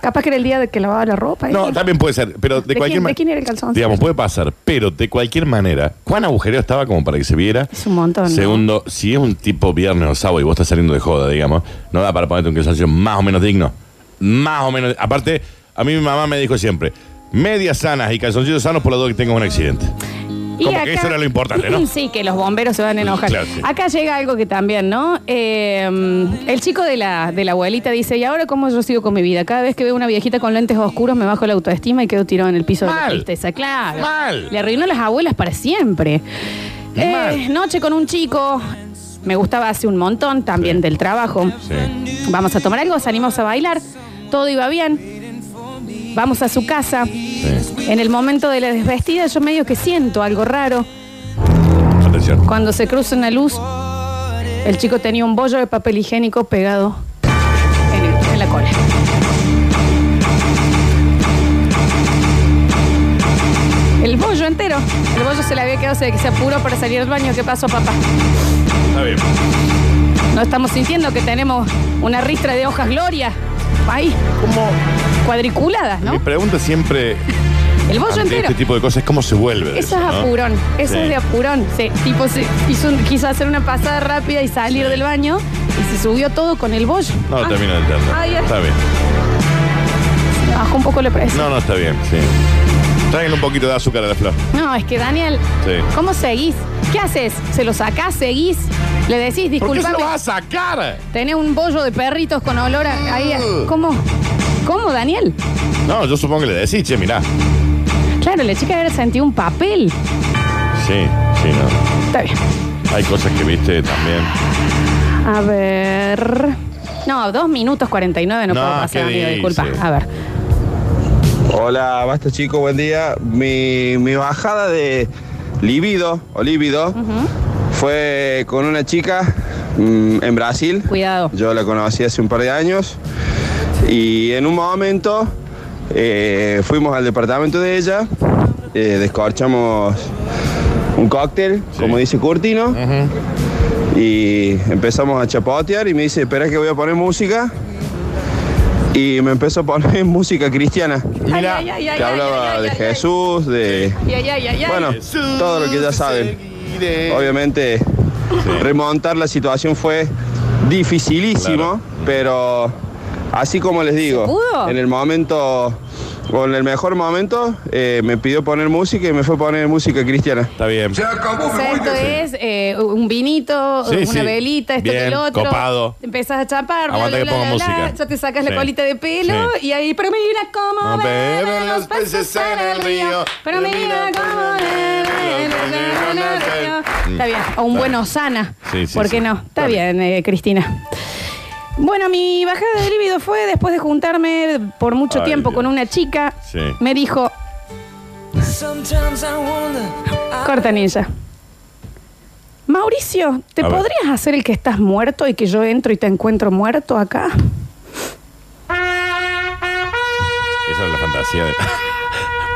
Speaker 1: Capaz que era el día de que lavaba la ropa. ¿eh?
Speaker 2: no, también puede ser, pero de,
Speaker 1: ¿De
Speaker 2: cualquier
Speaker 1: quién-
Speaker 2: ma-
Speaker 1: de quién era el calzón?
Speaker 2: Digamos, puede pasar, pero de cualquier manera, Juan Agujereo estaba como para que se viera.
Speaker 1: Es un montón, ¿no?
Speaker 2: Segundo, si es un tipo viernes o sábado y vos estás saliendo de joda, digamos, no da para ponerte un calzón más o menos digno. Más o menos. Aparte, a mí mi mamá me dijo siempre, medias sanas y calzoncillos sanos por lo dos que tengas un accidente.
Speaker 1: Y
Speaker 2: Como que eso era lo importante, ¿no?
Speaker 1: Sí, que los bomberos se van a enojar.
Speaker 2: Claro, sí.
Speaker 1: Acá llega algo que también, ¿no? Eh, el chico de la, de la abuelita dice, ¿y ahora cómo yo sigo con mi vida? Cada vez que veo una viejita con lentes oscuros me bajo la autoestima y quedo tirado en el piso de la
Speaker 2: Mal.
Speaker 1: tristeza. Claro.
Speaker 2: Mal.
Speaker 1: Le arruinó las abuelas para siempre. Eh,
Speaker 2: Mal.
Speaker 1: noche con un chico. Me gustaba hace un montón también
Speaker 2: Sí.
Speaker 1: del trabajo.
Speaker 2: Sí.
Speaker 1: Vamos a tomar algo, salimos a bailar. Todo iba bien. Vamos a su casa.
Speaker 2: sí.
Speaker 1: En el momento de la desvestida yo medio que siento algo raro.
Speaker 2: Atención.
Speaker 1: Cuando se cruza una luz, el chico tenía un bollo de papel higiénico pegado en, el- en la cola. El bollo entero. El bollo se le había quedado, se, se apuró para salir del baño. ¿Qué pasó, papá?
Speaker 2: Está bien.
Speaker 1: No estamos sintiendo que tenemos una ristra de hojas gloria. Ahí,
Speaker 2: ¿Cómo?
Speaker 1: cuadriculadas,
Speaker 2: Mi
Speaker 1: ¿no?
Speaker 2: pregunta siempre
Speaker 1: El bollo
Speaker 2: ante
Speaker 1: entero.
Speaker 2: este tipo de cosas es cómo se vuelve. de
Speaker 1: Eso es
Speaker 2: eso, ¿no?
Speaker 1: apurón, eso
Speaker 2: Sí.
Speaker 1: es de apurón. Sí, tipo, se hizo un- quiso hacer una pasada rápida y salir del baño y se subió todo con el bollo.
Speaker 2: No,
Speaker 1: Ah,
Speaker 2: termino de entender.
Speaker 1: Ay, ay.
Speaker 2: Está bien.
Speaker 1: Bajó un poco la presión.
Speaker 2: No, no, está bien, sí. Tráiganle un poquito de azúcar a la flor.
Speaker 1: No. es que Daniel,
Speaker 2: Sí.
Speaker 1: ¿cómo seguís? ¿Qué haces? ¿Se lo sacás? ¿Seguís? ¿Le decís,
Speaker 2: ¿Por qué se
Speaker 1: disculpame?
Speaker 2: lo vas a Mm. sacar?
Speaker 1: Tenés un bollo de perritos con olor a- ahí. a- ¿Cómo? ¿Cómo, Daniel?
Speaker 2: No, yo supongo que le decís, che, mirá.
Speaker 1: Claro, la chica había sentido un papel.
Speaker 2: Sí, sí, no.
Speaker 1: Está bien.
Speaker 2: Hay cosas que viste también.
Speaker 1: A ver. No, dos minutos 49 no,
Speaker 2: No,
Speaker 1: puedo pasar,
Speaker 2: ¿qué
Speaker 1: amigo, disculpa.
Speaker 2: dice?
Speaker 1: A ver.
Speaker 9: Hola, basta chicos, buen día. Mi, mi bajada de libido o líbido fue con una chica mm, en Brasil.
Speaker 1: Cuidado.
Speaker 9: Yo la conocí hace un par de años y en un momento eh, fuimos al departamento de ella, eh, descorchamos un cóctel, como dice Curtino, y empezamos a chapotear y me dice, espera que voy a poner música. Y me empezó a poner música cristiana,
Speaker 2: Mirá,
Speaker 1: Ay, ay, ay,
Speaker 9: que
Speaker 1: ay,
Speaker 9: hablaba
Speaker 1: ay, ay,
Speaker 9: de
Speaker 1: ay, ay.
Speaker 9: Jesús, de...
Speaker 1: Ay, ay, ay, ay, ay.
Speaker 9: Bueno, todo lo que ya saben. Obviamente, remontar la situación fue dificilísimo, pero así como les
Speaker 1: ¿Se
Speaker 9: digo,
Speaker 1: pudo?
Speaker 9: en el momento, o en el mejor momento, eh, me pidió poner música y me fue a poner música cristiana.
Speaker 2: Está bien.
Speaker 1: O sea, esto es eh, un vinito,
Speaker 2: Sí,
Speaker 1: una
Speaker 2: sí.
Speaker 1: velita, esto
Speaker 2: Bien,
Speaker 1: que el otro.
Speaker 2: copado.
Speaker 1: Empezás a chapar,
Speaker 2: Aguanta que ponga música.
Speaker 1: ya te sacas la
Speaker 2: Sí.
Speaker 1: colita de pelo
Speaker 2: Sí.
Speaker 1: y ahí, pero mira cómo
Speaker 2: No
Speaker 1: beben los peces en el río. Pero mira cómo beben los peces en el río. Está bien, o un buen Osana.
Speaker 2: Mm. Sí, sí,
Speaker 1: ¿Por qué
Speaker 2: sí.
Speaker 1: no? Está bien, eh, Cristina. Bueno, mi bajada de líbido fue después de juntarme por mucho
Speaker 2: Ay,
Speaker 1: tiempo
Speaker 2: Dios.
Speaker 1: con una chica.
Speaker 2: Sí.
Speaker 1: Me dijo, Corta ninja. Mauricio, ¿te
Speaker 2: A ver.
Speaker 1: podrías hacer el que estás muerto y que yo entro y te encuentro muerto acá?
Speaker 2: Es esa era la fantasía de.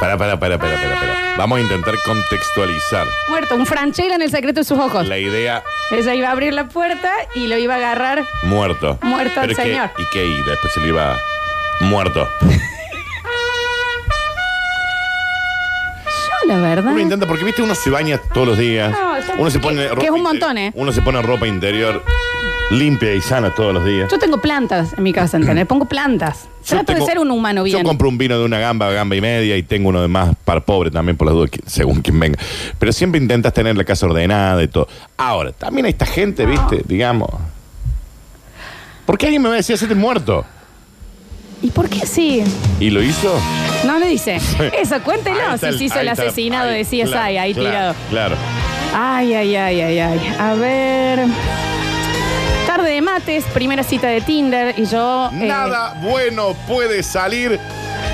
Speaker 2: Para, para, para, para, para, para. Vamos a intentar contextualizar
Speaker 1: Muerto, un franchela en el secreto de sus ojos.
Speaker 2: la idea
Speaker 1: Ella iba a abrir la puerta y lo iba a agarrar.
Speaker 2: muerto.
Speaker 1: Muerto al
Speaker 2: Pero que-
Speaker 1: señor. Ah.
Speaker 2: ¿Y qué? Y después se le iba muerto.
Speaker 1: Yo, la verdad.
Speaker 2: Uno intenta, porque viste, uno se baña todos los días.
Speaker 1: No, ya-
Speaker 2: uno se
Speaker 1: que-
Speaker 2: pone
Speaker 1: que
Speaker 2: ropa
Speaker 1: es un
Speaker 2: interior-
Speaker 1: montón, ¿eh?
Speaker 2: Uno se pone ropa interior limpia y sana todos los días.
Speaker 1: Yo tengo plantas en mi casa, ¿entendés? Pongo plantas.
Speaker 2: Yo
Speaker 1: Trato
Speaker 2: tengo-
Speaker 1: de ser un humano bien.
Speaker 2: Yo compro un vino de una gamba, gamba y media y tengo uno de más para pobre también por las dudas, que- según quien venga. Pero siempre intentas tener la casa ordenada y todo. Ahora, también hay esta gente, ¿viste? Digamos. ¿Por qué alguien me va a decir hacerte muerto?
Speaker 1: ¿Y por qué sí?
Speaker 2: ¿Y lo hizo?
Speaker 1: No me dice. Eso,
Speaker 2: Ahí
Speaker 1: cuéntelo
Speaker 2: está
Speaker 1: si se hizo
Speaker 2: ahí
Speaker 1: el
Speaker 2: está,
Speaker 1: asesinado
Speaker 2: ahí,
Speaker 1: de CSI
Speaker 2: claro,
Speaker 1: ahí
Speaker 2: claro,
Speaker 1: tirado.
Speaker 2: Claro.
Speaker 1: Ay, ay, ay, ay, ay. A ver. Tarde de mates, primera cita de Tinder y yo. eh,
Speaker 2: Nada bueno puede salir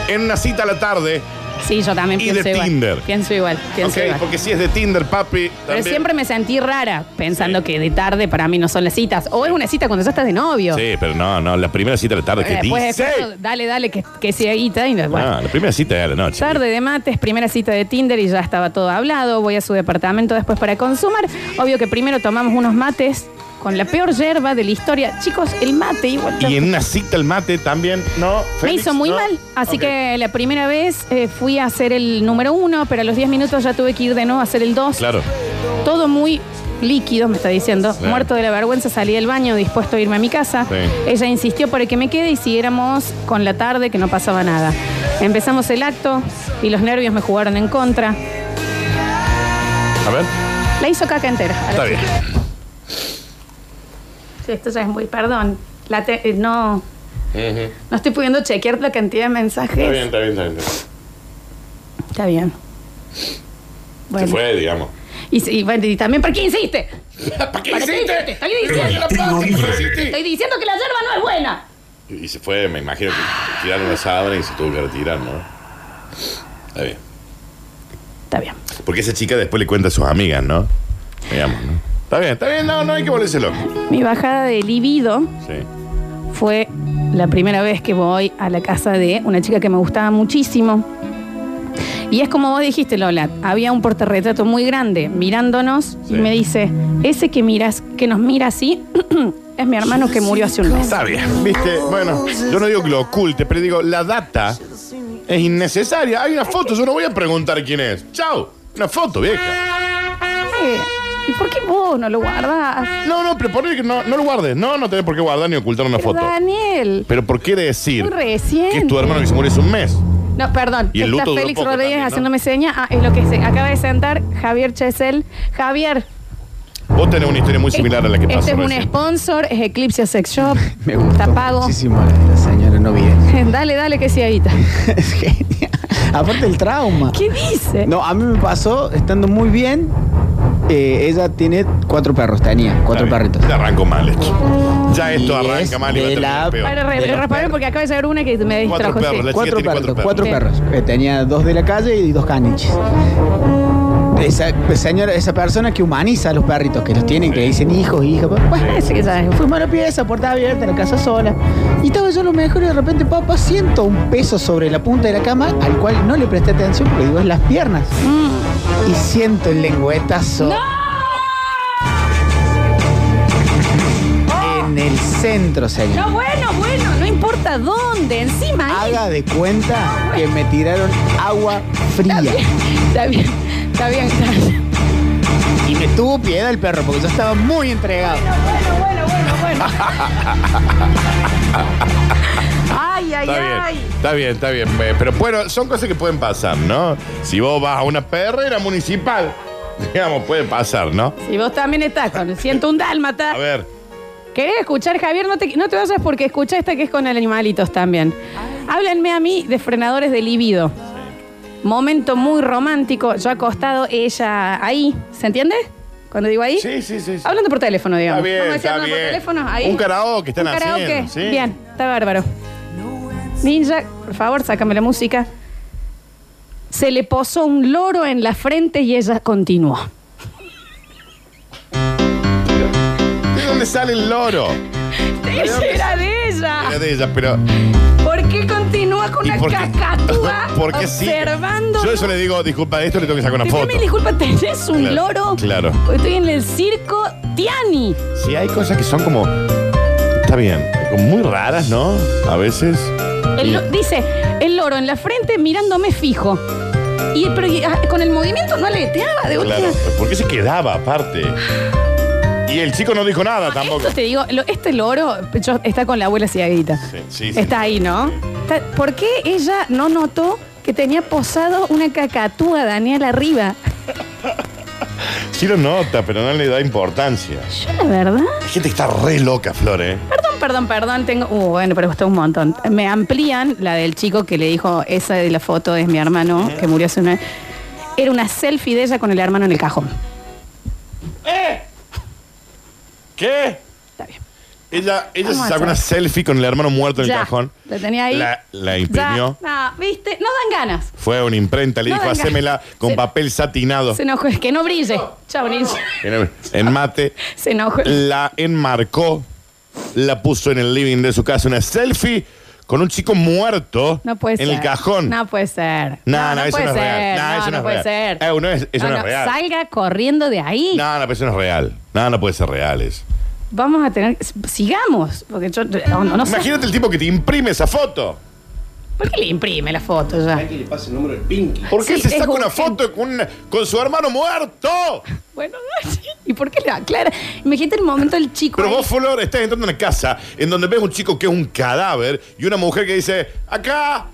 Speaker 2: en una cita a la tarde.
Speaker 1: Sí, yo también
Speaker 2: Y
Speaker 1: pienso
Speaker 2: de
Speaker 1: igual.
Speaker 2: Tinder.
Speaker 1: Pienso igual,
Speaker 2: Ok,
Speaker 1: pienso igual.
Speaker 2: porque si es de Tinder, papi.
Speaker 1: Pero
Speaker 2: también-
Speaker 1: siempre me sentí rara pensando que de tarde para mí no son las citas. O es una cita cuando ya estás de novio.
Speaker 2: Sí, pero no, no, la primera cita a la tarde.
Speaker 1: Eh,
Speaker 2: que
Speaker 1: después,
Speaker 2: dice? Ah,
Speaker 1: después, dale, dale, que, que sea guita. Y, bueno.
Speaker 2: No, la primera cita es a la noche.
Speaker 1: Tarde de mates, primera cita de Tinder y ya estaba todo hablado. Voy a su departamento después para consumar. Obvio que primero tomamos unos mates con la peor yerba de la historia. Chicos, el mate igual.
Speaker 2: Y en una cita el mate también, no.
Speaker 1: Me
Speaker 2: Félix,
Speaker 1: hizo muy
Speaker 2: no.
Speaker 1: mal, así
Speaker 2: Ok.
Speaker 1: que la primera vez eh, fui a hacer el número uno, pero a los 10 minutos ya tuve que ir de nuevo a hacer el dos.
Speaker 2: Claro.
Speaker 1: Todo muy líquido, me está diciendo.
Speaker 2: Sí.
Speaker 1: Muerto de la vergüenza, salí del baño dispuesto a irme a mi casa.
Speaker 2: Sí.
Speaker 1: Ella insistió para que me quede y siguiéramos con la tarde, que no pasaba nada. Empezamos el acto y los nervios me jugaron en contra.
Speaker 2: A ver,
Speaker 1: La hizo caca entera. a la
Speaker 2: está bien.
Speaker 1: chica. Sí, esto ya es muy, perdón. La te- eh, no, no estoy pudiendo chequear la cantidad de mensajes.
Speaker 2: Está bien, está bien, está bien.
Speaker 1: Está bien.
Speaker 2: Se
Speaker 1: Bueno.
Speaker 2: fue, digamos.
Speaker 1: Y, sí, bueno, y también, ¿por qué insiste?
Speaker 2: ¿Para qué
Speaker 1: ¿Para qué hiciste? Estoy diciendo, estoy diciendo que la yerba no es buena.
Speaker 2: Y se fue, me imagino que tiraron una sábana y se tuvo que retirar, ¿no? Está bien.
Speaker 1: Está bien.
Speaker 2: Porque esa chica después le cuenta a sus amigas, ¿no? Digamos, ¿no? Está bien, está bien, no, no hay que volverse loco.
Speaker 1: Mi bajada de libido
Speaker 2: Sí.
Speaker 1: fue la primera vez que voy a la casa de una chica que me gustaba muchísimo. Y es como vos dijiste, Lola, había un portarretrato muy grande mirándonos
Speaker 2: Sí.
Speaker 1: y me dice, ese que miras, que nos mira así, es mi hermano que murió hace un mes.
Speaker 2: Está bien, viste, bueno, yo no digo que lo oculte, pero digo, la data es innecesaria. Hay una foto, yo no voy a preguntar quién es. Chao, una foto, vieja.
Speaker 1: Eh, ¿Y por qué vos no lo guardás?
Speaker 2: No, no, pero poner que no, no lo guardes. No, no tenés por qué guardar ni ocultar una
Speaker 1: Pero
Speaker 2: foto.
Speaker 1: Daniel.
Speaker 2: Pero ¿por qué decir
Speaker 1: Muy
Speaker 2: que
Speaker 1: reciente.
Speaker 2: es tu hermano que se murió hace un mes?
Speaker 1: No, perdón.
Speaker 2: Y el
Speaker 1: Está
Speaker 2: luto duró
Speaker 1: Félix
Speaker 2: poco
Speaker 1: Rodríguez
Speaker 2: también, ¿no?
Speaker 1: haciéndome seña. Ah, es lo que se acaba de sentar Javier Chesel. Javier,
Speaker 2: Vos tenés una historia muy similar a la que
Speaker 1: este
Speaker 2: pasó
Speaker 1: es un
Speaker 2: recién.
Speaker 1: sponsor, es Eclipse Sex Shop.
Speaker 10: Me gustó
Speaker 1: Está pago.
Speaker 10: muchísimo la de la señora Novia.
Speaker 1: Dale, dale, que sí, ahorita.
Speaker 10: Es genial. Aparte el trauma.
Speaker 1: ¿Qué dice?
Speaker 10: No, a mí me pasó estando muy bien. eh, ella tiene cuatro perros, tenía cuatro
Speaker 2: Está bien,
Speaker 10: perritos.
Speaker 2: Ya arrancó mal esto. Ya esto
Speaker 10: Y
Speaker 2: arranca
Speaker 10: es
Speaker 2: mal y va a
Speaker 10: de
Speaker 2: terminar
Speaker 10: la-
Speaker 2: peor.
Speaker 1: Ahora, re-
Speaker 10: de los
Speaker 1: reparo
Speaker 10: perros.
Speaker 1: porque acaba de llegar una que me
Speaker 2: Cuatro
Speaker 1: distrajo.
Speaker 2: perros,
Speaker 1: sí.
Speaker 2: la chica
Speaker 10: Cuatro
Speaker 2: tiene
Speaker 10: perros,
Speaker 2: cuatro perros.
Speaker 10: cuatro
Speaker 1: Sí.
Speaker 10: perros. Eh, tenía dos de la calle y dos caniches. Esa señora, esa persona que humaniza a los perritos que los tienen, que le dicen hijos, hijas. Pues,
Speaker 1: Parece que ya es.
Speaker 10: Fuimos a la pieza, puerta abierta, la casa sola. Y estaba yo a lo mejor y de repente, papá, siento un peso sobre la punta de la cama, al cual no le presté atención porque digo, es las piernas.
Speaker 1: Mm.
Speaker 10: Y siento el lengüetazo. En el centro, señor.
Speaker 1: No, bueno, bueno, no importa dónde, encima. ahí.
Speaker 10: Haga de cuenta que me tiraron agua fría.
Speaker 1: Está bien, está bien, está bien.
Speaker 10: Y me tuvo piedad el perro porque yo estaba muy entregado.
Speaker 1: Bueno, bueno, bueno, bueno. Ay, ay,
Speaker 2: Está
Speaker 1: ay.
Speaker 2: bien, está bien, está bien. eh, Pero bueno, son cosas que pueden pasar, ¿no? Si vos vas a una perrera municipal, digamos, puede pasar, ¿no?
Speaker 1: Y vos también estás con Siento un dálmata.
Speaker 2: A ver,
Speaker 1: ¿Querés escuchar, Javier? No te, no te vayas porque escucha esta que es con animalitos también. Háblenme a mí de frenadores de libido. Momento muy romántico. Yo acostado, ella ahí. ¿Se entiende? Cuando digo ahí.
Speaker 2: sí, sí, sí. sí.
Speaker 1: Hablando por teléfono, digamos.
Speaker 2: Está bien,
Speaker 1: Vamos a decir
Speaker 2: está
Speaker 1: hablando
Speaker 2: bien.
Speaker 1: por teléfono. Ahí.
Speaker 2: Un karaoke están
Speaker 1: Un karaoke.
Speaker 2: haciendo, sí.
Speaker 1: Bien, está bárbaro. Ninja, por favor, sácame la música. Se le posó un loro en la frente y ella continuó.
Speaker 2: ¿De dónde sale el loro?
Speaker 1: Esa era de ella.
Speaker 2: Era de ella, pero.
Speaker 1: ¿Por qué continúa con
Speaker 2: ¿y
Speaker 1: una
Speaker 2: por qué?
Speaker 1: cacatúa
Speaker 2: ¿Por qué sí?
Speaker 1: observando?
Speaker 2: Yo eso le digo, disculpa, esto le tengo que sacar una foto.
Speaker 1: Decime, disculpa, ¿tenés un
Speaker 2: Claro,
Speaker 1: loro?
Speaker 2: claro.
Speaker 1: Estoy en el circo Tiani.
Speaker 2: Sí, hay cosas que son como. Está bien. como Muy raras, ¿no? A veces.
Speaker 1: El lo- dice, el loro en la frente mirándome fijo. Y pero, y, ah, con el movimiento no aleteaba de última.
Speaker 2: Claro. ¿Por qué se quedaba aparte? Y el chico no dijo nada tampoco.
Speaker 1: Esto te digo, lo- este loro yo- está con la abuela cieguita.
Speaker 2: Sí, sí, sí.
Speaker 1: Está ahí, ¿no? Está- ¿Por qué ella no notó que tenía posado una cacatúa Daniel arriba?
Speaker 2: Sí lo nota, pero no le da importancia.
Speaker 1: Yo, la verdad.
Speaker 2: La gente que está re loca, Flor, ¿eh?
Speaker 1: Perdón, perdón, perdón, tengo. Uh, bueno, pero gustó un montón. Me amplían la del chico que le dijo, esa de la foto es mi hermano, que murió hace una. Era una selfie de ella con el hermano en el cajón.
Speaker 2: ¿Qué?
Speaker 1: Está bien.
Speaker 2: Ella, ella
Speaker 1: Vamos
Speaker 2: se
Speaker 1: a
Speaker 2: sacó
Speaker 1: hacer.
Speaker 2: una selfie con el hermano muerto en
Speaker 1: Ya,
Speaker 2: el cajón.
Speaker 1: La tenía ahí.
Speaker 2: La, la imprimió.
Speaker 1: Ya, no, viste, no dan ganas.
Speaker 2: Fue a una imprenta, le
Speaker 1: No
Speaker 2: dijo,
Speaker 1: venga.
Speaker 2: hacémela con
Speaker 1: Se-
Speaker 2: papel satinado.
Speaker 1: Se enojó, es que no brille. Chao, Ninja.
Speaker 2: En- En mate.
Speaker 1: Se enojó.
Speaker 2: La enmarcó, la puso en el living de su casa, una selfie con un chico muerto
Speaker 1: No puede
Speaker 2: en
Speaker 1: ser.
Speaker 2: el cajón.
Speaker 1: No puede ser.
Speaker 2: No, no, eso
Speaker 1: puede
Speaker 2: no es real.
Speaker 1: ser.
Speaker 2: No,
Speaker 1: No,
Speaker 2: eso no
Speaker 1: no
Speaker 2: es
Speaker 1: puede
Speaker 2: real.
Speaker 1: ser.
Speaker 2: Eh, no es- eso no es real.
Speaker 1: Salga corriendo de ahí.
Speaker 2: No, no, pero eso no es real. No, no puede ser real eso.
Speaker 1: Vamos a tener. Sigamos. Porque yo no, no- no sé.
Speaker 2: Imagínate el tipo que te imprime esa foto.
Speaker 1: ¿Por qué le imprime la foto ya?
Speaker 9: Que le pase el número del Pinky.
Speaker 2: ¿Por qué
Speaker 1: Sí,
Speaker 2: se
Speaker 1: es
Speaker 2: saca una
Speaker 1: urgente.
Speaker 2: foto con, una- con su hermano muerto?
Speaker 1: Bueno, ¿y por qué le aclara? Imagínate el momento del chico.
Speaker 2: Pero
Speaker 1: ahí.
Speaker 2: vos, Flor, estás entrando en una casa en donde ves un chico que es un cadáver y una mujer que dice, acá,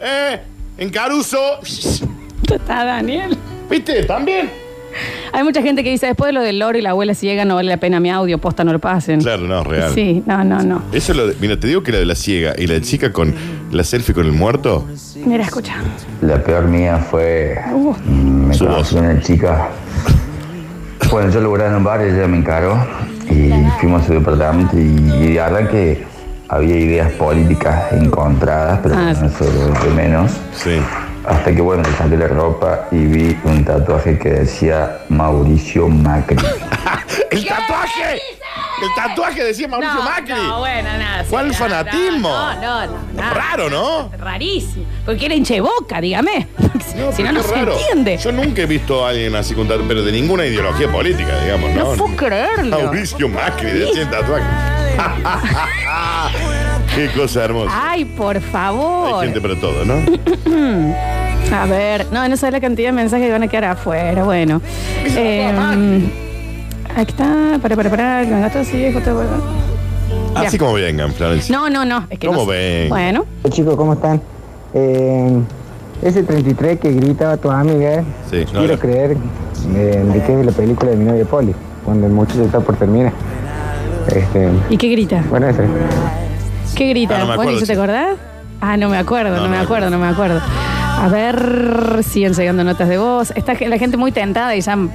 Speaker 2: eh, en Caruso.
Speaker 1: Está Daniel.
Speaker 2: ¿Viste? También.
Speaker 1: Hay mucha gente que dice, después de lo del loro y la abuela ciega, no vale la pena mi audio, posta, no lo pasen.
Speaker 2: Claro, no, es real.
Speaker 1: Sí, no, no, no.
Speaker 2: Eso lo, mira, te digo que la de la ciega y la chica con la selfie con el muerto.
Speaker 1: Mira, escucha.
Speaker 11: La peor mía fue.
Speaker 1: Uh.
Speaker 11: Me
Speaker 2: Su
Speaker 11: conocí una chica. Bueno, yo logré en un bar, ella me encaró y fuimos a su departamento y, y arranque había ideas políticas encontradas, pero
Speaker 1: Ah,
Speaker 11: bueno,
Speaker 1: sí.
Speaker 11: eso es lo de menos.
Speaker 2: Sí.
Speaker 11: Hasta que bueno, le saqué la ropa y vi un tatuaje que decía Mauricio Macri.
Speaker 2: ¡El tatuaje! El tatuaje decía Mauricio
Speaker 1: no,
Speaker 2: Macri.
Speaker 1: No, bueno, nada. sí,
Speaker 2: ¿Cuál
Speaker 1: nada,
Speaker 2: fanatismo?
Speaker 1: No, no, no. nada.
Speaker 2: Raro, ¿no?
Speaker 1: Rarísimo. Porque era hinche boca, dígame. Si no,
Speaker 2: pero
Speaker 1: no,
Speaker 2: qué
Speaker 1: se
Speaker 2: raro.
Speaker 1: entiende.
Speaker 2: Yo nunca he visto a alguien así con tatuaje, pero de ninguna ideología política, digamos,
Speaker 1: no
Speaker 2: ¿no?
Speaker 1: puedo creerlo.
Speaker 2: Mauricio Macri decía el tatuaje. Qué cosa hermosa.
Speaker 1: Ay, por
Speaker 2: Hay
Speaker 1: favor.
Speaker 2: gente para todo, ¿no?
Speaker 1: A ver, no, no sabes la cantidad de mensajes que van a quedar afuera. Bueno. Eh, aquí está, para, para, para, que me gasto así, dejo todo, bueno.
Speaker 2: Así como vengan, Florencia.
Speaker 1: No, no, no. Es que
Speaker 2: ¿Cómo
Speaker 1: no sé.
Speaker 2: ven?
Speaker 1: Bueno,
Speaker 7: Chicos, ¿cómo están? Eh, ese 33 que gritaba tu amiga, eh,
Speaker 2: Sí, no,
Speaker 7: quiero
Speaker 2: no.
Speaker 7: creer eh, de que es la película de mi novia Poli, cuando el muchacho está por terminar. Este,
Speaker 1: ¿y qué grita?
Speaker 7: bueno, eso.
Speaker 1: ¿Qué grita?
Speaker 2: Ah, no me
Speaker 1: Bonnie,
Speaker 2: acuerdo,
Speaker 1: ¿yo te
Speaker 2: sí.
Speaker 1: acordás? Ah, no me acuerdo, no, me acuerdo, no me acuerdo. A ver, siguen llegando notas de voz. Está ge- la gente muy tentada y ya m-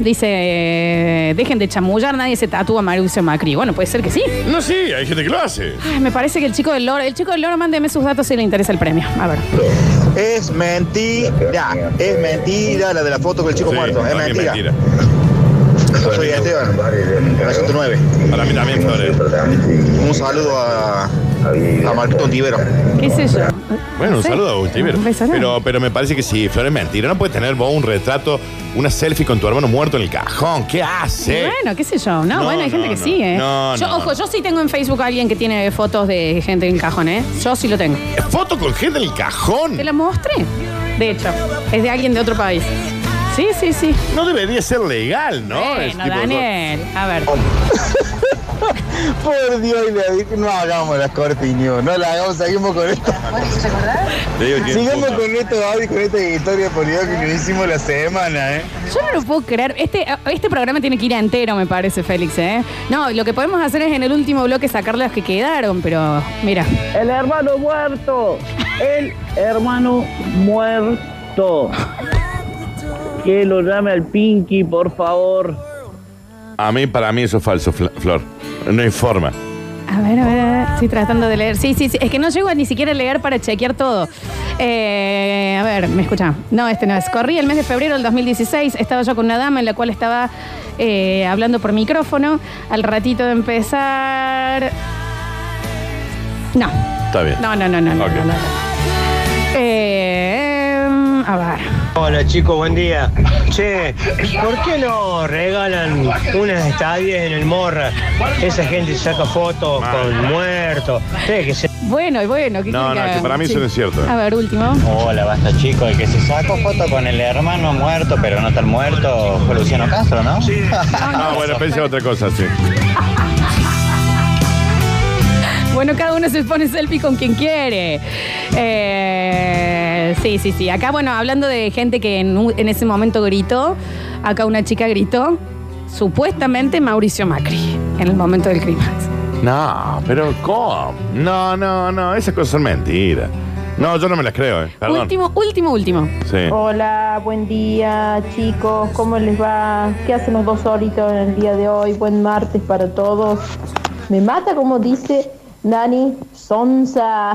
Speaker 1: dice, eh, dejen de chamullar, nadie se tatúa a Mauricio Macri. Bueno, puede ser que sí.
Speaker 2: No, sí, hay gente que lo hace.
Speaker 1: Ay, me parece que el chico del loro, el chico del loro, mándeme sus datos si le interesa el premio. A ver.
Speaker 5: Es mentira, es mentira la de la foto con el chico
Speaker 2: Sí,
Speaker 5: muerto, es
Speaker 2: para mí
Speaker 5: mentira.
Speaker 2: mentira.
Speaker 5: Yo soy Esteban, la 109.
Speaker 2: Para mí también, Flores.
Speaker 5: Un saludo a, a Marquito Ontivero.
Speaker 1: ¿Qué sé yo?
Speaker 2: Bueno, un
Speaker 1: Sí.
Speaker 2: saludo a Agustín Vero.
Speaker 1: Un beso enorme.
Speaker 2: Pero, pero me parece que sí, Flor, es mentira. No puedes tener vos un retrato, una selfie con tu hermano muerto en el cajón. ¿Qué hace?
Speaker 1: Bueno, qué sé yo. No,
Speaker 2: eh, No,
Speaker 1: bueno, hay gente
Speaker 2: no,
Speaker 1: que
Speaker 2: no.
Speaker 1: sí, ¿eh?
Speaker 2: No,
Speaker 1: yo,
Speaker 2: no,
Speaker 1: ojo,
Speaker 2: no.
Speaker 1: yo sí tengo en Facebook a alguien que tiene fotos de gente en cajón, ¿eh? Yo sí lo tengo.
Speaker 2: Foto con gente en el cajón.
Speaker 1: Te la mostré. De hecho, es de alguien de otro país. Sí, sí, sí.
Speaker 2: No debería ser legal, ¿no? Ese tipo
Speaker 1: bueno,
Speaker 2: de
Speaker 1: Daniel. A ver.
Speaker 5: Por Dios, y le digo, no hagamos las cortiños, no las hagamos, seguimos con esto.
Speaker 2: cosas. Te digo, tiene
Speaker 5: Sigamos
Speaker 2: punto.
Speaker 5: con esto, Gaby, con esta historia por Dios que hicimos la semana, ¿eh?
Speaker 1: Yo no lo puedo creer. Este, este programa tiene que ir entero, me parece, Félix, ¿eh? No, lo que podemos hacer es en el último bloque sacar las que quedaron, pero mira.
Speaker 7: El hermano muerto, el hermano muerto. Que lo llame al Pinky, por favor.
Speaker 2: A mí, para mí eso es falso, Fla- Flor. No hay forma.
Speaker 1: A ver, a ver, a ver. Estoy tratando de leer. Sí, sí, sí. Es que no llego a ni siquiera a leer para chequear todo. Eh, a ver, me escucha. No, este no es. Corrí el mes de febrero del 2016. Estaba yo con una dama en la cual estaba eh, hablando por micrófono. Al ratito de empezar. No.
Speaker 2: Está bien.
Speaker 1: No, no, no, no. no,
Speaker 2: Ok.
Speaker 1: no, no. Eh, a ver.
Speaker 12: Hola chicos, buen día. Che, ¿por qué no regalan unas estadías en el Morra? Esa gente saca fotos con muertos. Che, que se-
Speaker 1: Bueno, y bueno. ¿qué
Speaker 12: No,
Speaker 1: quieren
Speaker 12: no, que
Speaker 1: hagamos,
Speaker 12: para mí eso
Speaker 1: chicos?
Speaker 12: no es cierto.
Speaker 1: A ver, último.
Speaker 13: Hola, basta chico, el que se sacó foto con el hermano muerto, pero no tan muerto, fue Luciano Castro, ¿no?
Speaker 2: Ah, bueno, pensé otra cosa, sí.
Speaker 1: Bueno, cada uno se pone selfie con quien quiere. Eh, sí, sí, sí. Acá, bueno, hablando de gente que en, un- en ese momento gritó, acá una chica gritó, supuestamente Mauricio Macri, en el momento del crimen.
Speaker 2: No, pero ¿cómo? No, no, no, esas cosas son mentiras. No, yo no me las creo, eh. Perdón.
Speaker 1: Último, último, último.
Speaker 2: Sí.
Speaker 14: Hola, buen día chicos, ¿cómo les va? ¿Qué hacen los dos solitos en el día de hoy? Buen martes para todos. Me mata como dice Dani Sonza.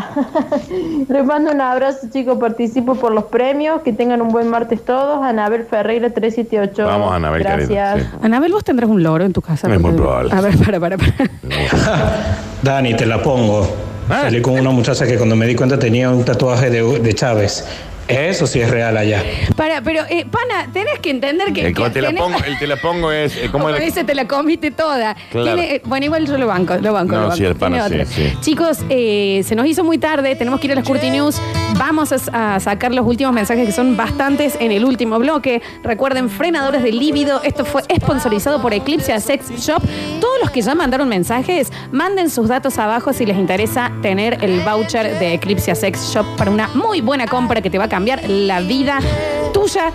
Speaker 14: les mando un abrazo chicos, participo por los premios, que tengan un buen martes todos. Anabel Ferreira 378.
Speaker 2: Vamos, Anabel,
Speaker 14: Gracias.
Speaker 2: querida, sí.
Speaker 1: Anabel, vos tendrás un loro en tu casa.
Speaker 13: Es muy
Speaker 1: Porque-
Speaker 13: probable.
Speaker 1: A ver, para, para, para.
Speaker 13: Dani, te la pongo.
Speaker 2: Ah.
Speaker 13: Salí con una muchacha que cuando me di cuenta tenía un tatuaje de, de Chávez. Eso sí es real allá.
Speaker 1: Para, pero, eh, pana, tenés que entender que.
Speaker 2: El,
Speaker 1: que
Speaker 2: te la
Speaker 1: tenés-
Speaker 2: pongo, el te la pongo es. eh, ¿Cómo
Speaker 1: Como
Speaker 2: era?
Speaker 1: dice, te la comiste toda.
Speaker 2: Claro.
Speaker 1: Tiene- eh, bueno, igual yo lo banco, lo banco.
Speaker 2: No,
Speaker 1: lo banco.
Speaker 2: sí, el pana
Speaker 1: Tiene
Speaker 2: sí,
Speaker 1: otra.
Speaker 2: sí.
Speaker 1: Chicos, eh, se nos hizo muy tarde, tenemos que ir a las Curti News. Vamos a, a sacar los últimos mensajes que son bastantes en el último bloque. Recuerden, frenadores de líbido. Esto fue sponsorizado por Eclipse Sex Shop. Todos los que ya mandaron mensajes, manden sus datos abajo si les interesa tener el voucher de Eclipse Sex Shop para una muy buena compra que te va a cambiar la vida tuya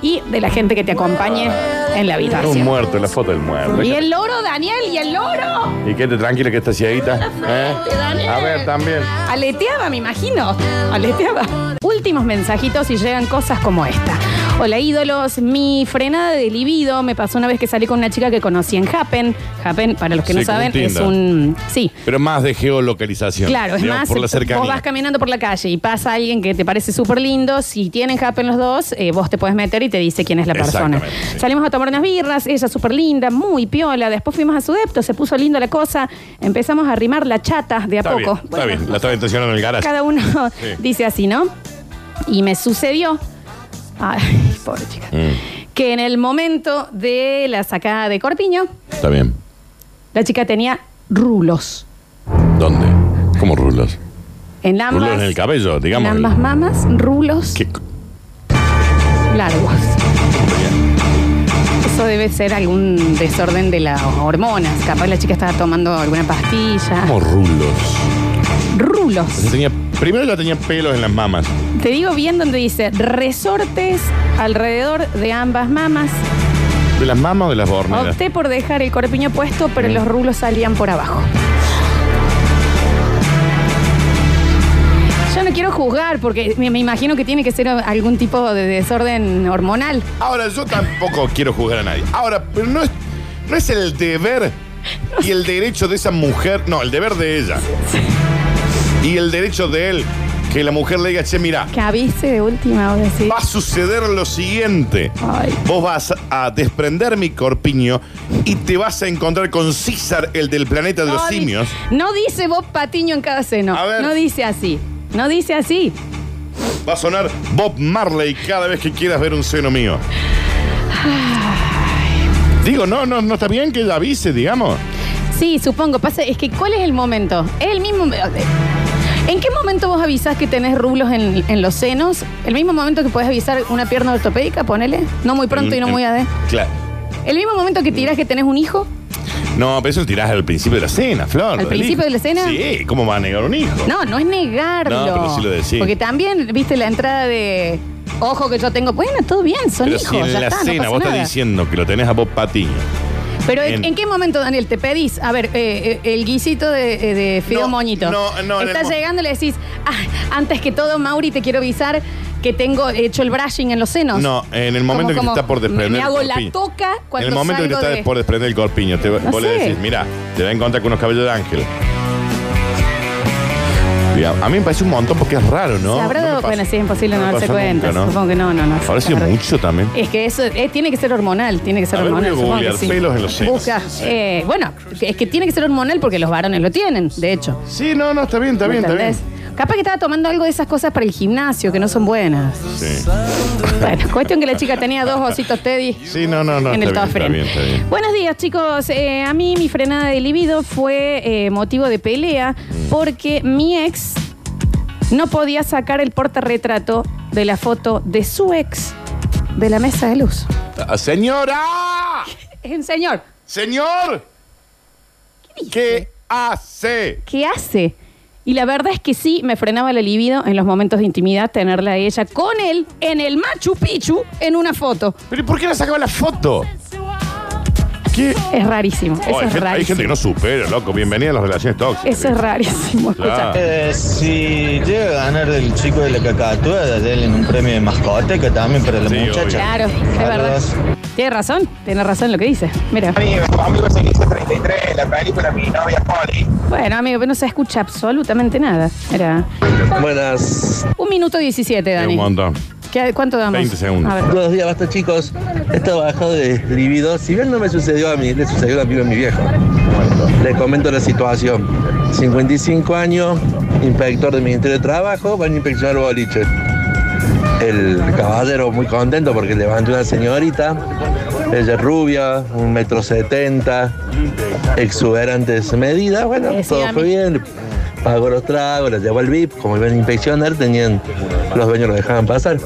Speaker 1: y de la gente que te acompañe en la vida.
Speaker 2: Un muerto, la foto del muerto.
Speaker 1: Y el loro, Daniel, y el loro.
Speaker 2: Y quédate tranquila que está cieguita. ¿eh?
Speaker 1: Daniel.
Speaker 2: A ver, también.
Speaker 1: Aleteaba, me imagino. Aleteaba. Últimos mensajitos y llegan cosas como esta. Hola ídolos, mi frenada de libido me pasó una vez que salí con una chica que conocí en Happen. Happen, para los que no
Speaker 2: Sí, como
Speaker 1: saben, es
Speaker 2: Tinder.
Speaker 1: un... Sí,
Speaker 2: Pero más de geolocalización.
Speaker 1: Claro, es
Speaker 2: digamos,
Speaker 1: más, eh,
Speaker 2: Por la
Speaker 1: vos vas
Speaker 2: cercanía.
Speaker 1: caminando por la calle y pasa alguien que te parece súper lindo, si tienen Happen los dos, eh, vos te puedes meter y te dice quién es la persona.
Speaker 2: Exactamente,
Speaker 1: Salimos a tomar unas birras, ella súper linda, muy piola, después fuimos a su depto, se puso linda la cosa, empezamos a arrimar la chata de a
Speaker 2: Está
Speaker 1: poco.
Speaker 2: bien, está bien, la estaba estacionando en el garaje.
Speaker 1: Cada uno
Speaker 2: Sí.
Speaker 1: dice así, ¿no? Y me sucedió, ay, pobre chica,
Speaker 2: Mm.
Speaker 1: que en el momento de la sacada de Corpiño,
Speaker 2: Está bien.
Speaker 1: la chica tenía rulos
Speaker 2: ¿Dónde? ¿Cómo rulos?
Speaker 1: en ambas,
Speaker 2: Rulos en el cabello,
Speaker 1: en
Speaker 2: digamos.
Speaker 1: ambas mamas, rulos.
Speaker 2: ¿Qué?
Speaker 1: largos. Eso debe ser algún desorden de las hormonas. Capaz la chica estaba tomando alguna pastilla.
Speaker 2: ¿Cómo rulos?
Speaker 1: Rulos.
Speaker 2: Yo tenía- primero ya tenía pelos en las mamas.
Speaker 1: Te digo bien donde dice resortes alrededor de ambas mamas.
Speaker 2: ¿De las mamas o de las borneras?
Speaker 1: Opté por dejar el corpiño puesto, pero los rulos salían por abajo. Yo no quiero juzgar porque me me imagino que tiene que ser algún tipo de desorden hormonal.
Speaker 2: Ahora, yo tampoco quiero juzgar a nadie. Ahora, pero no es, no es el deber y el derecho de esa mujer. No, el deber de ella. Y el derecho de él. Que la mujer le diga, che, mira,
Speaker 1: Que avise de última hora, sí.
Speaker 2: va a suceder lo siguiente. Vos vas a desprender mi corpiño y te vas a encontrar con César, el del planeta de los
Speaker 1: No, di-
Speaker 2: simios.
Speaker 1: No dice Bob Patiño en cada seno. No dice así. No dice así.
Speaker 2: Va a sonar Bob Marley cada vez que quieras ver un seno mío. Digo, no, no, no está bien que ella avise, digamos.
Speaker 1: Sí, supongo. Pasa, es que ¿cuál es el momento? Es el mismo. eh, ¿En qué momento vos avisás que tenés rublos en, en los senos? ¿El mismo momento que podés avisar una pierna ortopédica, ponele? No muy pronto y no
Speaker 2: Mm,
Speaker 1: muy
Speaker 2: mm.
Speaker 1: adentro.
Speaker 2: Claro.
Speaker 1: ¿El mismo momento que tirás que tenés un hijo?
Speaker 2: No, pero eso lo tirás al principio de la cena, Flor.
Speaker 1: ¿Al
Speaker 2: del
Speaker 1: principio
Speaker 2: hijo.
Speaker 1: de la cena?
Speaker 2: Sí, ¿cómo va a negar un hijo?
Speaker 1: No, no es negarlo.
Speaker 2: No, pero sí lo decís.
Speaker 1: Porque también, viste, la entrada de. Ojo que yo tengo. Bueno, todo bien, son
Speaker 2: pero
Speaker 1: hijos.
Speaker 2: si en
Speaker 1: ya
Speaker 2: la
Speaker 1: está, no
Speaker 2: cena
Speaker 1: pasa
Speaker 2: vos
Speaker 1: nada.
Speaker 2: estás diciendo que lo tenés a Bob Patiño.
Speaker 1: Pero ¿en,
Speaker 2: En-
Speaker 1: en qué momento, Daniel, te pedís? A ver, eh, eh, el guisito de, eh, de fideo moñito.
Speaker 2: no, no, en el
Speaker 1: Estás
Speaker 2: mo-
Speaker 1: llegando y le decís, "Ah, antes que todo, Mauri, te quiero avisar que tengo hecho el brushing en los senos.
Speaker 2: No, en el momento
Speaker 1: Como-
Speaker 2: en que
Speaker 1: como
Speaker 2: está por desprender
Speaker 1: Me, me
Speaker 2: el
Speaker 1: hago la
Speaker 2: corpiño.
Speaker 1: toca cuando
Speaker 2: en el momento en que
Speaker 1: salgo
Speaker 2: está
Speaker 1: de-
Speaker 2: por desprender el corpiño, te,
Speaker 1: No
Speaker 2: vos le
Speaker 1: sé.
Speaker 2: decís, mira, te vas a encontrar con unos cabellos de ángel. Y a, a mí me parece un montón porque es raro, ¿no?
Speaker 1: ¿Se habrá
Speaker 2: No me
Speaker 1: dado
Speaker 2: pasa.
Speaker 1: cuenta? Sí, es imposible no
Speaker 2: me
Speaker 1: darse
Speaker 2: pasó
Speaker 1: cuenta.
Speaker 2: nunca, ¿no?
Speaker 1: Supongo que no, no, no.
Speaker 2: Ahora sí,
Speaker 1: La verdad.
Speaker 2: mucho también.
Speaker 1: Es que eso eh, tiene que ser hormonal, tiene que ser
Speaker 2: A ver,
Speaker 1: hormonal.
Speaker 2: voy a
Speaker 1: supongo que
Speaker 2: googlear,
Speaker 1: sí.
Speaker 2: pelos en los senos.
Speaker 1: Busca, eh, bueno, es que tiene que ser hormonal porque los varones lo tienen, de hecho.
Speaker 2: Sí, no, no, está bien, está
Speaker 1: ¿Me
Speaker 2: bien, está bien.
Speaker 1: entendés? Capaz que estaba tomando algo de esas cosas para el gimnasio que no son buenas.
Speaker 2: Sí.
Speaker 1: Bueno, cuestión que la chica tenía dos ositos Teddy.
Speaker 2: Sí, no, no, no.
Speaker 1: En el
Speaker 2: está,
Speaker 1: top
Speaker 2: bien, está
Speaker 1: friend.
Speaker 2: bien, está bien.
Speaker 1: Buenos días, chicos. Eh, a mí mi frenada de libido fue eh, motivo de pelea porque mi ex no podía sacar el portarretrato de la foto de su ex de la mesa de luz.
Speaker 2: Ah, ¡Señora!
Speaker 1: Es un señor.
Speaker 2: ¡Señor!
Speaker 1: ¿Qué,
Speaker 2: hace?
Speaker 1: ¿Qué hace? Y la verdad es que sí, me frenaba la libido en los momentos de intimidad tenerla a ella con él en el Machu Picchu en una foto.
Speaker 2: ¿Pero por qué no sacaba la foto? ¿Qué?
Speaker 1: Es rarísimo.
Speaker 2: Oh,
Speaker 1: Eso
Speaker 2: hay,
Speaker 1: es
Speaker 2: gente, hay
Speaker 1: rarísimo.
Speaker 2: gente que no supera, loco. Bienvenida a las relaciones tóxicas.
Speaker 1: Eso es rarísimo. Escucha.
Speaker 15: Eh, si llega a ganar el chico de la cacatúa, denle un premio de mascota que también para la muchacha.
Speaker 1: Claro, es verdad. Tiene razón, tiene razón lo que dice. Mira.
Speaker 5: Amigo se hizo 33, la película Mi novia Polly.
Speaker 1: Bueno, amigo, pero no se escucha absolutamente nada. Mira.
Speaker 16: Buenas.
Speaker 1: Un minuto 17,
Speaker 16: Es
Speaker 1: Dani.
Speaker 16: un montón.
Speaker 1: ¿Qué- ¿Cuánto damos? A ver.
Speaker 16: Buenos días, basta chicos. Esta bajada de libido, si bien no me sucedió a mí, le sucedió también a mi viejo. Les comento la situación. 55 años, inspector del Ministerio de Trabajo, van a inspeccionar boliche. El caballero muy contento porque levanta una señorita, ella es rubia, un metro setenta, exuberante de su medida, bueno, todo fue bien, pagó los tragos, la llevó al VIP, como iban a inspeccionar, tenían, los dueños lo dejaban pasar.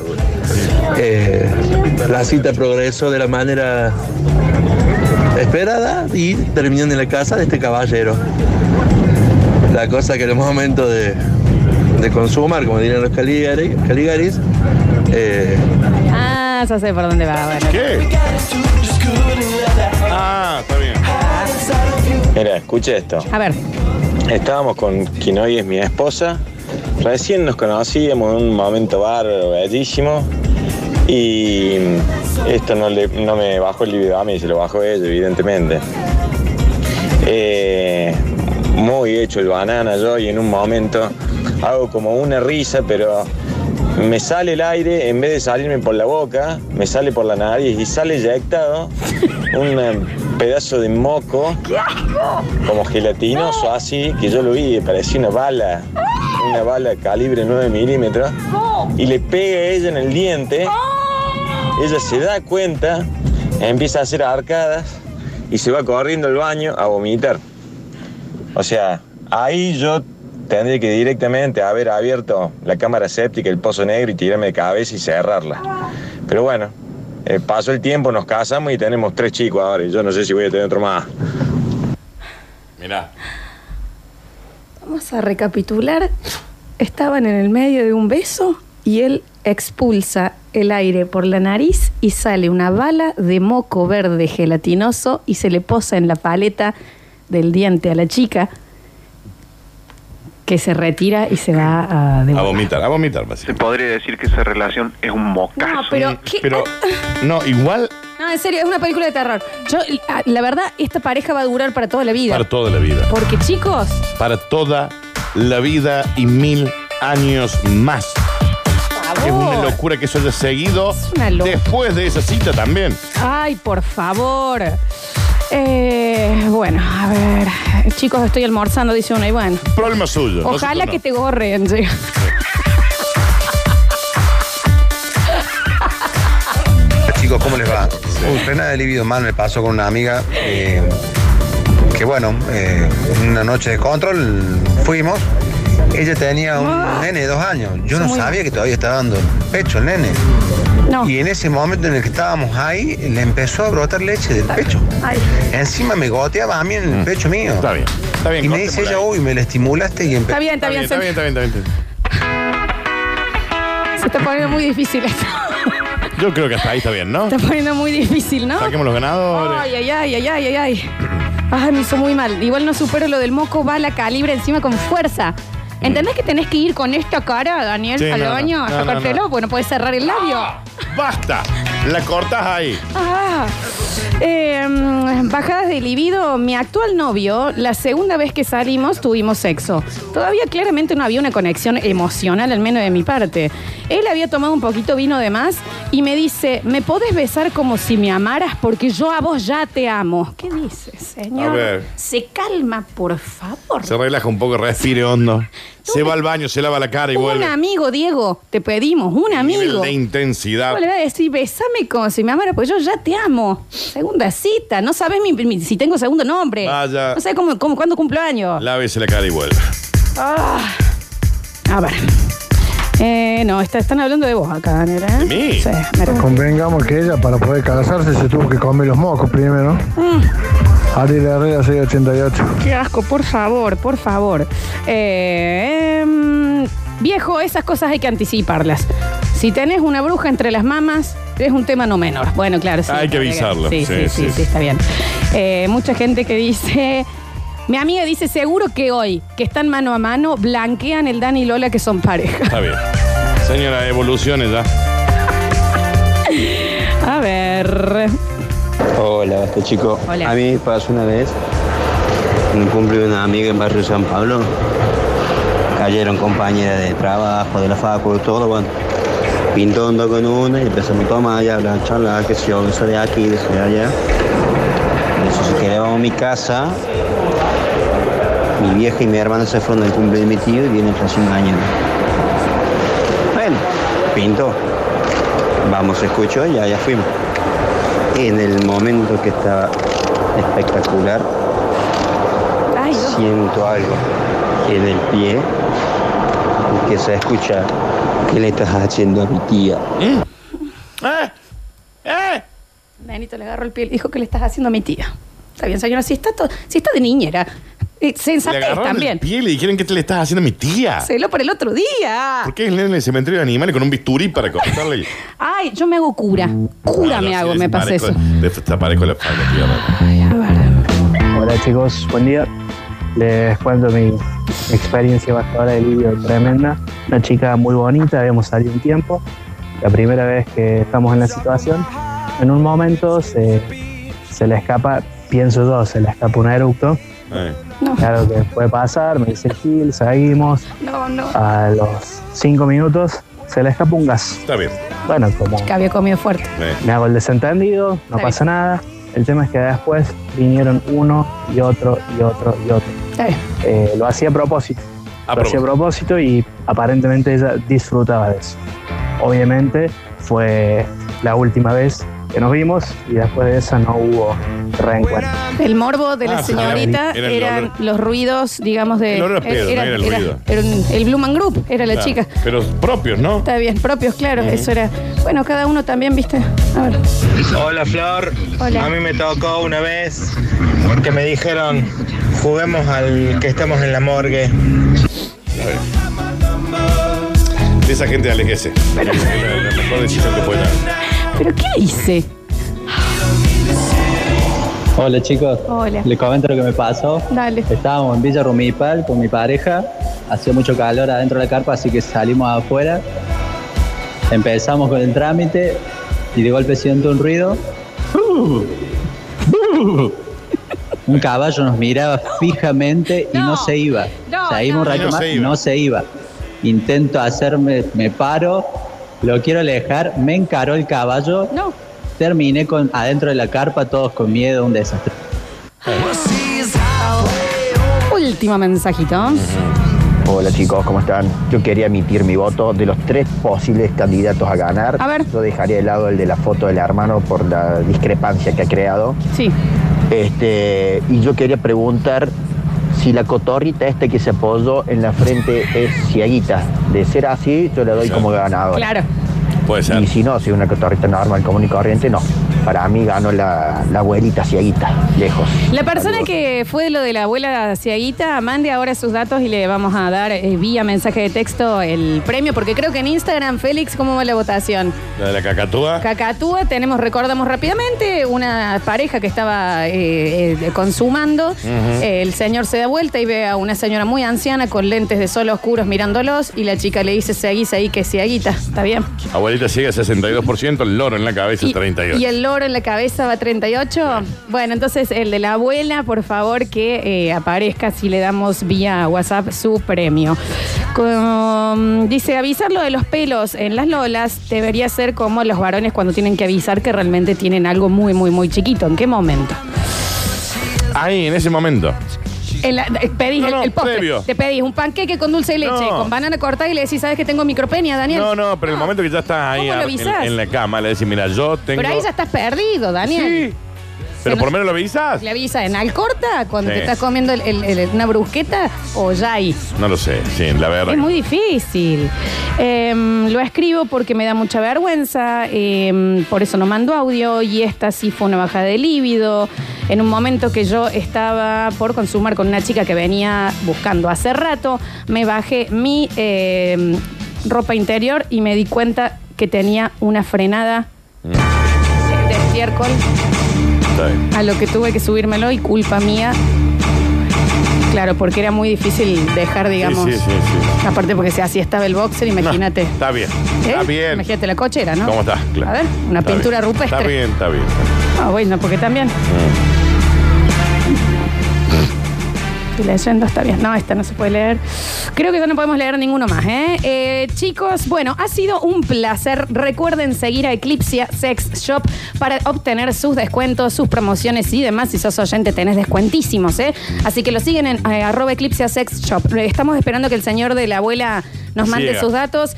Speaker 16: Eh, la cita progresó de la manera esperada y terminan en la casa de este caballero. La cosa que en el momento de, de consumar, como dirían los Caligari- caligaris, eh,
Speaker 1: Ah, ya sé por dónde va. Bueno.
Speaker 2: ¿Qué? Ah, está bien.
Speaker 17: Mira, escucha esto.
Speaker 1: A ver.
Speaker 17: Estábamos con quien hoy es mi esposa. Recién nos conocíamos en un momento bárbaro, bellísimo. Y esto no, le- no me bajó el libido a mí, se lo bajó ella, evidentemente. Eh, muy hecho el banana yo y en un momento hago como una risa, pero me sale el aire, en vez de salirme por la boca, me sale por la nariz y sale eyectado un eh, pedazo de moco como gelatinoso así, que yo lo vi, parecía una bala, una bala calibre 9 milímetros, y le pega a ella en el diente, ella se da cuenta, empieza a hacer arcadas y se va corriendo al baño a vomitar. O sea, ahí yo tendría que directamente haber abierto la cámara séptica, el pozo negro y tirarme de cabeza y cerrarla. Pero bueno, eh, pasó el tiempo, nos casamos y tenemos tres chicos ahora, y yo no sé si voy a tener otro más.
Speaker 2: Mirá.
Speaker 1: Vamos a recapitular. Estaban en el medio de un beso y él expulsa el aire por la nariz y sale una bala de moco verde gelatinoso y se le posa en la paleta del diente a la chica que se retira y se va a
Speaker 2: A vomitar, a vomitar,
Speaker 18: Se podría decir que esa relación es un mocazo.
Speaker 1: No, Ah, pero ¿qué?
Speaker 2: Pero, no, igual
Speaker 1: No, en serio, es una película de terror. Yo, ah, la verdad, esta pareja va a durar para toda la vida.
Speaker 2: para toda la vida.
Speaker 1: Porque, chicos,
Speaker 2: Para toda la vida y mil años más. Es una locura que eso haya seguido
Speaker 1: Oh. una locura.
Speaker 2: después de esa cita también.
Speaker 1: ay, por favor. Eh, bueno, a ver. Chicos, estoy almorzando, dice uno, y bueno.
Speaker 2: Problema suyo.
Speaker 1: Ojalá que
Speaker 2: nosotros
Speaker 1: te gorren, sí.
Speaker 19: Chicos, ¿cómo les va? Uy, frenada de libido mal me pasó con una amiga eh, que, bueno, eh, una noche de control fuimos. Ella tenía un nene de dos años. Yo no
Speaker 1: Ah. Muy- Ah.
Speaker 19: sabía que todavía estaba dando pecho el nene. Y en ese momento en el que estábamos ahí, le empezó a brotar leche del pecho. Encima me goteaba a mí en el pecho mío. Está
Speaker 2: bien, está bien.
Speaker 19: Y me dice ella, uy, me la estimulaste y empezó.
Speaker 1: Está bien, está bien,
Speaker 19: está bien,
Speaker 2: está bien,
Speaker 1: Se está poniendo muy difícil esto.
Speaker 2: no. Yo creo que hasta ahí está bien, ¿no?
Speaker 1: Está poniendo muy difícil, ¿no?
Speaker 2: Saquemos los ganadores.
Speaker 1: Ay, ay, ay, ay, ay, ay, ay. Ay, me hizo muy mal. Igual no supero lo del moco, bala, calibre encima con fuerza. ¿Entendés que tenés que ir con esta cara, Daniel,
Speaker 2: Sí,
Speaker 1: al
Speaker 2: no, no.
Speaker 1: baño a
Speaker 2: No, no,
Speaker 1: sacártelo?
Speaker 2: no. Ah.
Speaker 1: Porque no puedes cerrar el labio.
Speaker 2: ¡Basta! La cortas ahí.
Speaker 1: Ah. Eh, mm, bajadas de libido. Mi actual novio, la segunda vez que salimos, tuvimos sexo. Todavía claramente no había una conexión emocional, al menos de mi parte. Él había tomado un poquito vino de más y me dice, ¿me podés besar como si me amaras? Porque yo a vos ya te amo. ¿Qué dices, señor?
Speaker 2: A ver.
Speaker 1: Se calma, por favor.
Speaker 2: Se relaja un poco, respire hondo. Se va al baño, se lava la cara y
Speaker 1: Un
Speaker 2: vuelve.
Speaker 1: amigo, Diego, te pedimos, un
Speaker 2: Nivel
Speaker 1: amigo.
Speaker 2: de intensidad.
Speaker 1: ¿Cómo le va a decir, besame como si me amara? Pues yo ya te amo. Segunda cita, no sabes mi- mi- si tengo segundo nombre.
Speaker 2: Vaya.
Speaker 1: No sabes cómo, cómo, cuándo cumplo años.
Speaker 2: Lávese la cara y vuelve.
Speaker 1: Ah. A ver. Eh, no, está- están hablando de vos acá, Daniel. ¿eh? Sí, mira.
Speaker 20: Convengamos que ella para poder casarse se tuvo que comer los mocos primero.
Speaker 1: Mm,
Speaker 20: Ariel Herrera 688.
Speaker 1: qué asco, por favor, por favor. Eh, em, viejo, esas cosas hay que anticiparlas. Si tenés una bruja entre las mamas, es un tema no menor. Bueno, claro, sí.
Speaker 2: Hay que avisarlo.
Speaker 1: Sí, sí, sí, sí,
Speaker 2: sí.
Speaker 1: está bien. Eh, mucha gente que dice. Mi amiga dice, seguro que hoy, que están mano a mano, blanquean el Dan y Lola que son pareja.
Speaker 2: Está bien. Señora, evoluciones ya.
Speaker 1: A ver.
Speaker 21: Hola, este chico.
Speaker 1: Hola.
Speaker 21: A mí me pasó una vez, en un cumple de una amiga en barrio San Pablo, cayeron compañeras de trabajo, de la facu, todo, bueno, pintando con una y empezamos a tomar y hablar, charlar, que si yo, que soy de aquí, que soy de allá. Eso se quedaba en mi casa, mi vieja y mi hermana se fueron al cumple de mi tío y vienen recién mañana. Bueno, pinto. Vamos, escucho y allá fuimos. En el momento que estaba espectacular, siento algo en el pie que se escucha. ¿Qué le estás haciendo a mi tía?
Speaker 2: ¡Eh! ¡Eh!
Speaker 1: Benito le agarró el pie y le dijo que le estás haciendo a mi tía. Está bien, señora, si está, to- si está de niñera. eh,
Speaker 2: Le
Speaker 1: Sensatez
Speaker 2: agarraron el
Speaker 1: también.
Speaker 2: pie y le dijeron que te le estás haciendo a mi tía.
Speaker 1: Celo por el otro día.
Speaker 2: ¿Por qué es en el cementerio de animales con un bisturí para cortarle?
Speaker 1: Ay, yo me hago cura.
Speaker 2: Ah,
Speaker 1: Cura me hago, me pasa eso.
Speaker 2: Desaparezco la familia. Ah.
Speaker 22: Hola chicos, buen día. Les cuento mi experiencia hasta ahora de Livio tremenda. Una chica muy bonita, habíamos salido un tiempo. La primera vez que estamos en la situación, en un momento se, se le escapa, pienso yo, se le escapa un eructo.
Speaker 2: Eh,
Speaker 22: Claro que puede pasar, me dice Gil, seguimos.
Speaker 1: No, no.
Speaker 22: A los cinco minutos se le escapa un gas.
Speaker 2: Está bien. eh,
Speaker 22: Bueno, como
Speaker 1: Que había comido fuerte.
Speaker 22: me hago el desentendido, no pasa nada. El tema es que después vinieron uno y otro y otro y otro. Eh, lo hacía a propósito. lo hacía a propósito y aparentemente ella disfrutaba de eso. Obviamente fue la última vez que nos vimos y después de esa no hubo reencuentro.
Speaker 1: El morbo de la
Speaker 22: Ah, sí,
Speaker 1: señorita
Speaker 22: era el
Speaker 1: eran
Speaker 22: olor.
Speaker 1: los ruidos, digamos, de.
Speaker 2: El olor a pedo, no era el ruido.
Speaker 1: era un- el Blue Man Group, era la
Speaker 2: Claro,
Speaker 1: chica.
Speaker 2: Pero propios, ¿no?
Speaker 1: Está bien, propios, claro,
Speaker 2: Ujú.
Speaker 1: eso era. Bueno, cada uno también, viste. A ver.
Speaker 23: Hola Flor,
Speaker 1: Hola.
Speaker 23: a mí me tocó una vez que me dijeron juguemos al que estamos en la morgue.
Speaker 2: De esa gente aléjese. Es la, la mejor decisión que puede dar.
Speaker 1: ¿Pero qué hice?
Speaker 24: Hola chicos,
Speaker 1: Hola.
Speaker 24: les comento lo que me pasó.
Speaker 1: Dale.
Speaker 24: Estábamos en Villa Rumipal con mi pareja, hacía mucho calor adentro de la carpa, así que salimos afuera. Empezamos con el trámite y de golpe siento un ruido. Un caballo nos miraba fijamente y no, se iba.
Speaker 1: no,
Speaker 24: Seguimos
Speaker 1: no.
Speaker 24: un
Speaker 1: Y no
Speaker 24: rato más
Speaker 1: se
Speaker 24: y no se iba. Intento hacerme, me paro, lo quiero alejar, me encaró el caballo. Terminé con adentro de la carpa, todos con miedo, un desastre.
Speaker 1: Último mensajito.
Speaker 25: Hola chicos, ¿cómo están? Yo quería emitir mi voto de los tres posibles candidatos a ganar.
Speaker 1: A ver.
Speaker 25: Yo dejaría de lado el de la foto del hermano por la discrepancia que ha creado.
Speaker 1: Sí.
Speaker 25: Este, y yo quería preguntar si la cotorrita esta que se apoyó en la frente es cieguita. De ser así, yo la doy como ganador.
Speaker 1: Claro.
Speaker 25: Puede ser. Y si no, si es una cotorrita normal, común y corriente, no. Para mí ganó la, la abuelita cieguita, lejos.
Speaker 1: La persona que fue de lo de la abuela Ciaguita, mande ahora sus datos y le vamos a dar eh, vía mensaje de texto el premio, porque creo que en Instagram, Félix, ¿cómo va la votación?
Speaker 2: La de la cacatúa.
Speaker 1: Cacatúa, tenemos, recordamos rápidamente, una pareja que estaba eh, eh, consumando.
Speaker 2: Ujú.
Speaker 1: Eh, el señor se da vuelta y ve a una señora muy anciana con lentes de sol oscuros mirándolos y la chica le dice, seguís ahí que seguita, ¿está bien?
Speaker 2: Abuelita ciega 62%, el loro en la cabeza 38%.
Speaker 1: Y el loro en la cabeza va 38. Bueno, entonces el de la abuela, por favor, que eh, aparezca si le damos vía WhatsApp su premio. Con- dice, avisar lo de los pelos en las lolas debería ser como los varones cuando tienen que avisar que realmente tienen algo muy, muy, muy chiquito. ¿En qué momento?
Speaker 2: Ahí, en ese momento.
Speaker 1: En la- eh, pedís el, el postre.
Speaker 2: previo.
Speaker 1: Te pedís un panqueque con dulce de leche,
Speaker 2: No.
Speaker 1: con banana cortada y le decís, ¿sabes que tengo micropenia, Daniel?
Speaker 2: No, no, pero el momento que ya estás ahí
Speaker 1: ¿Cómo lo
Speaker 2: a- en,
Speaker 1: avisás?
Speaker 2: en la cama, le decís, mira, yo tengo.
Speaker 1: Pero ahí ya estás perdido, Daniel.
Speaker 2: Pero por lo menos lo avisás.
Speaker 1: ¿Le avisa en Alcorta cuando
Speaker 2: Sí.
Speaker 1: te estás comiendo el- el- el- una brusqueta o ya ahí?
Speaker 2: No lo sé, sí, la verdad.
Speaker 1: Es muy difícil. Em, lo escribo porque me da mucha vergüenza, em, por eso no mando audio y esta sí fue una bajada de líbido. En un momento que yo estaba por consumar con una chica que venía buscando hace rato, me bajé mi em, ropa interior y me di cuenta que tenía una frenada de estiércol
Speaker 2: Está bien.
Speaker 1: a lo que tuve que subírmelo y culpa mía. Claro, porque era muy difícil dejar, digamos.
Speaker 2: Sí, sí, sí. sí.
Speaker 1: Aparte porque si así estaba el boxer, imagínate.
Speaker 2: Está bien. Está
Speaker 1: ¿Eh?
Speaker 2: bien.
Speaker 1: Imagínate la cochera, ¿no?
Speaker 2: ¿Cómo estás? Claro.
Speaker 1: A ver, una
Speaker 2: Está
Speaker 1: pintura
Speaker 2: bien.
Speaker 1: rupestre.
Speaker 2: Está bien, está bien.
Speaker 1: Ah, bueno, porque también. Estoy leyendo, está bien. No, esta no se puede leer. Creo que ya no podemos leer ninguno más, ¿eh? Eh, Chicos, bueno, ha sido un placer. Recuerden seguir a Eclipsia Sex Shop para obtener sus descuentos, sus promociones y demás. Si sos oyente, tenés descuentísimos, ¿eh? Así que lo siguen en eh, arroba Eclipsia Sex Shop. Estamos esperando que el señor de la abuela nos mande
Speaker 2: Ciega.
Speaker 1: sus datos.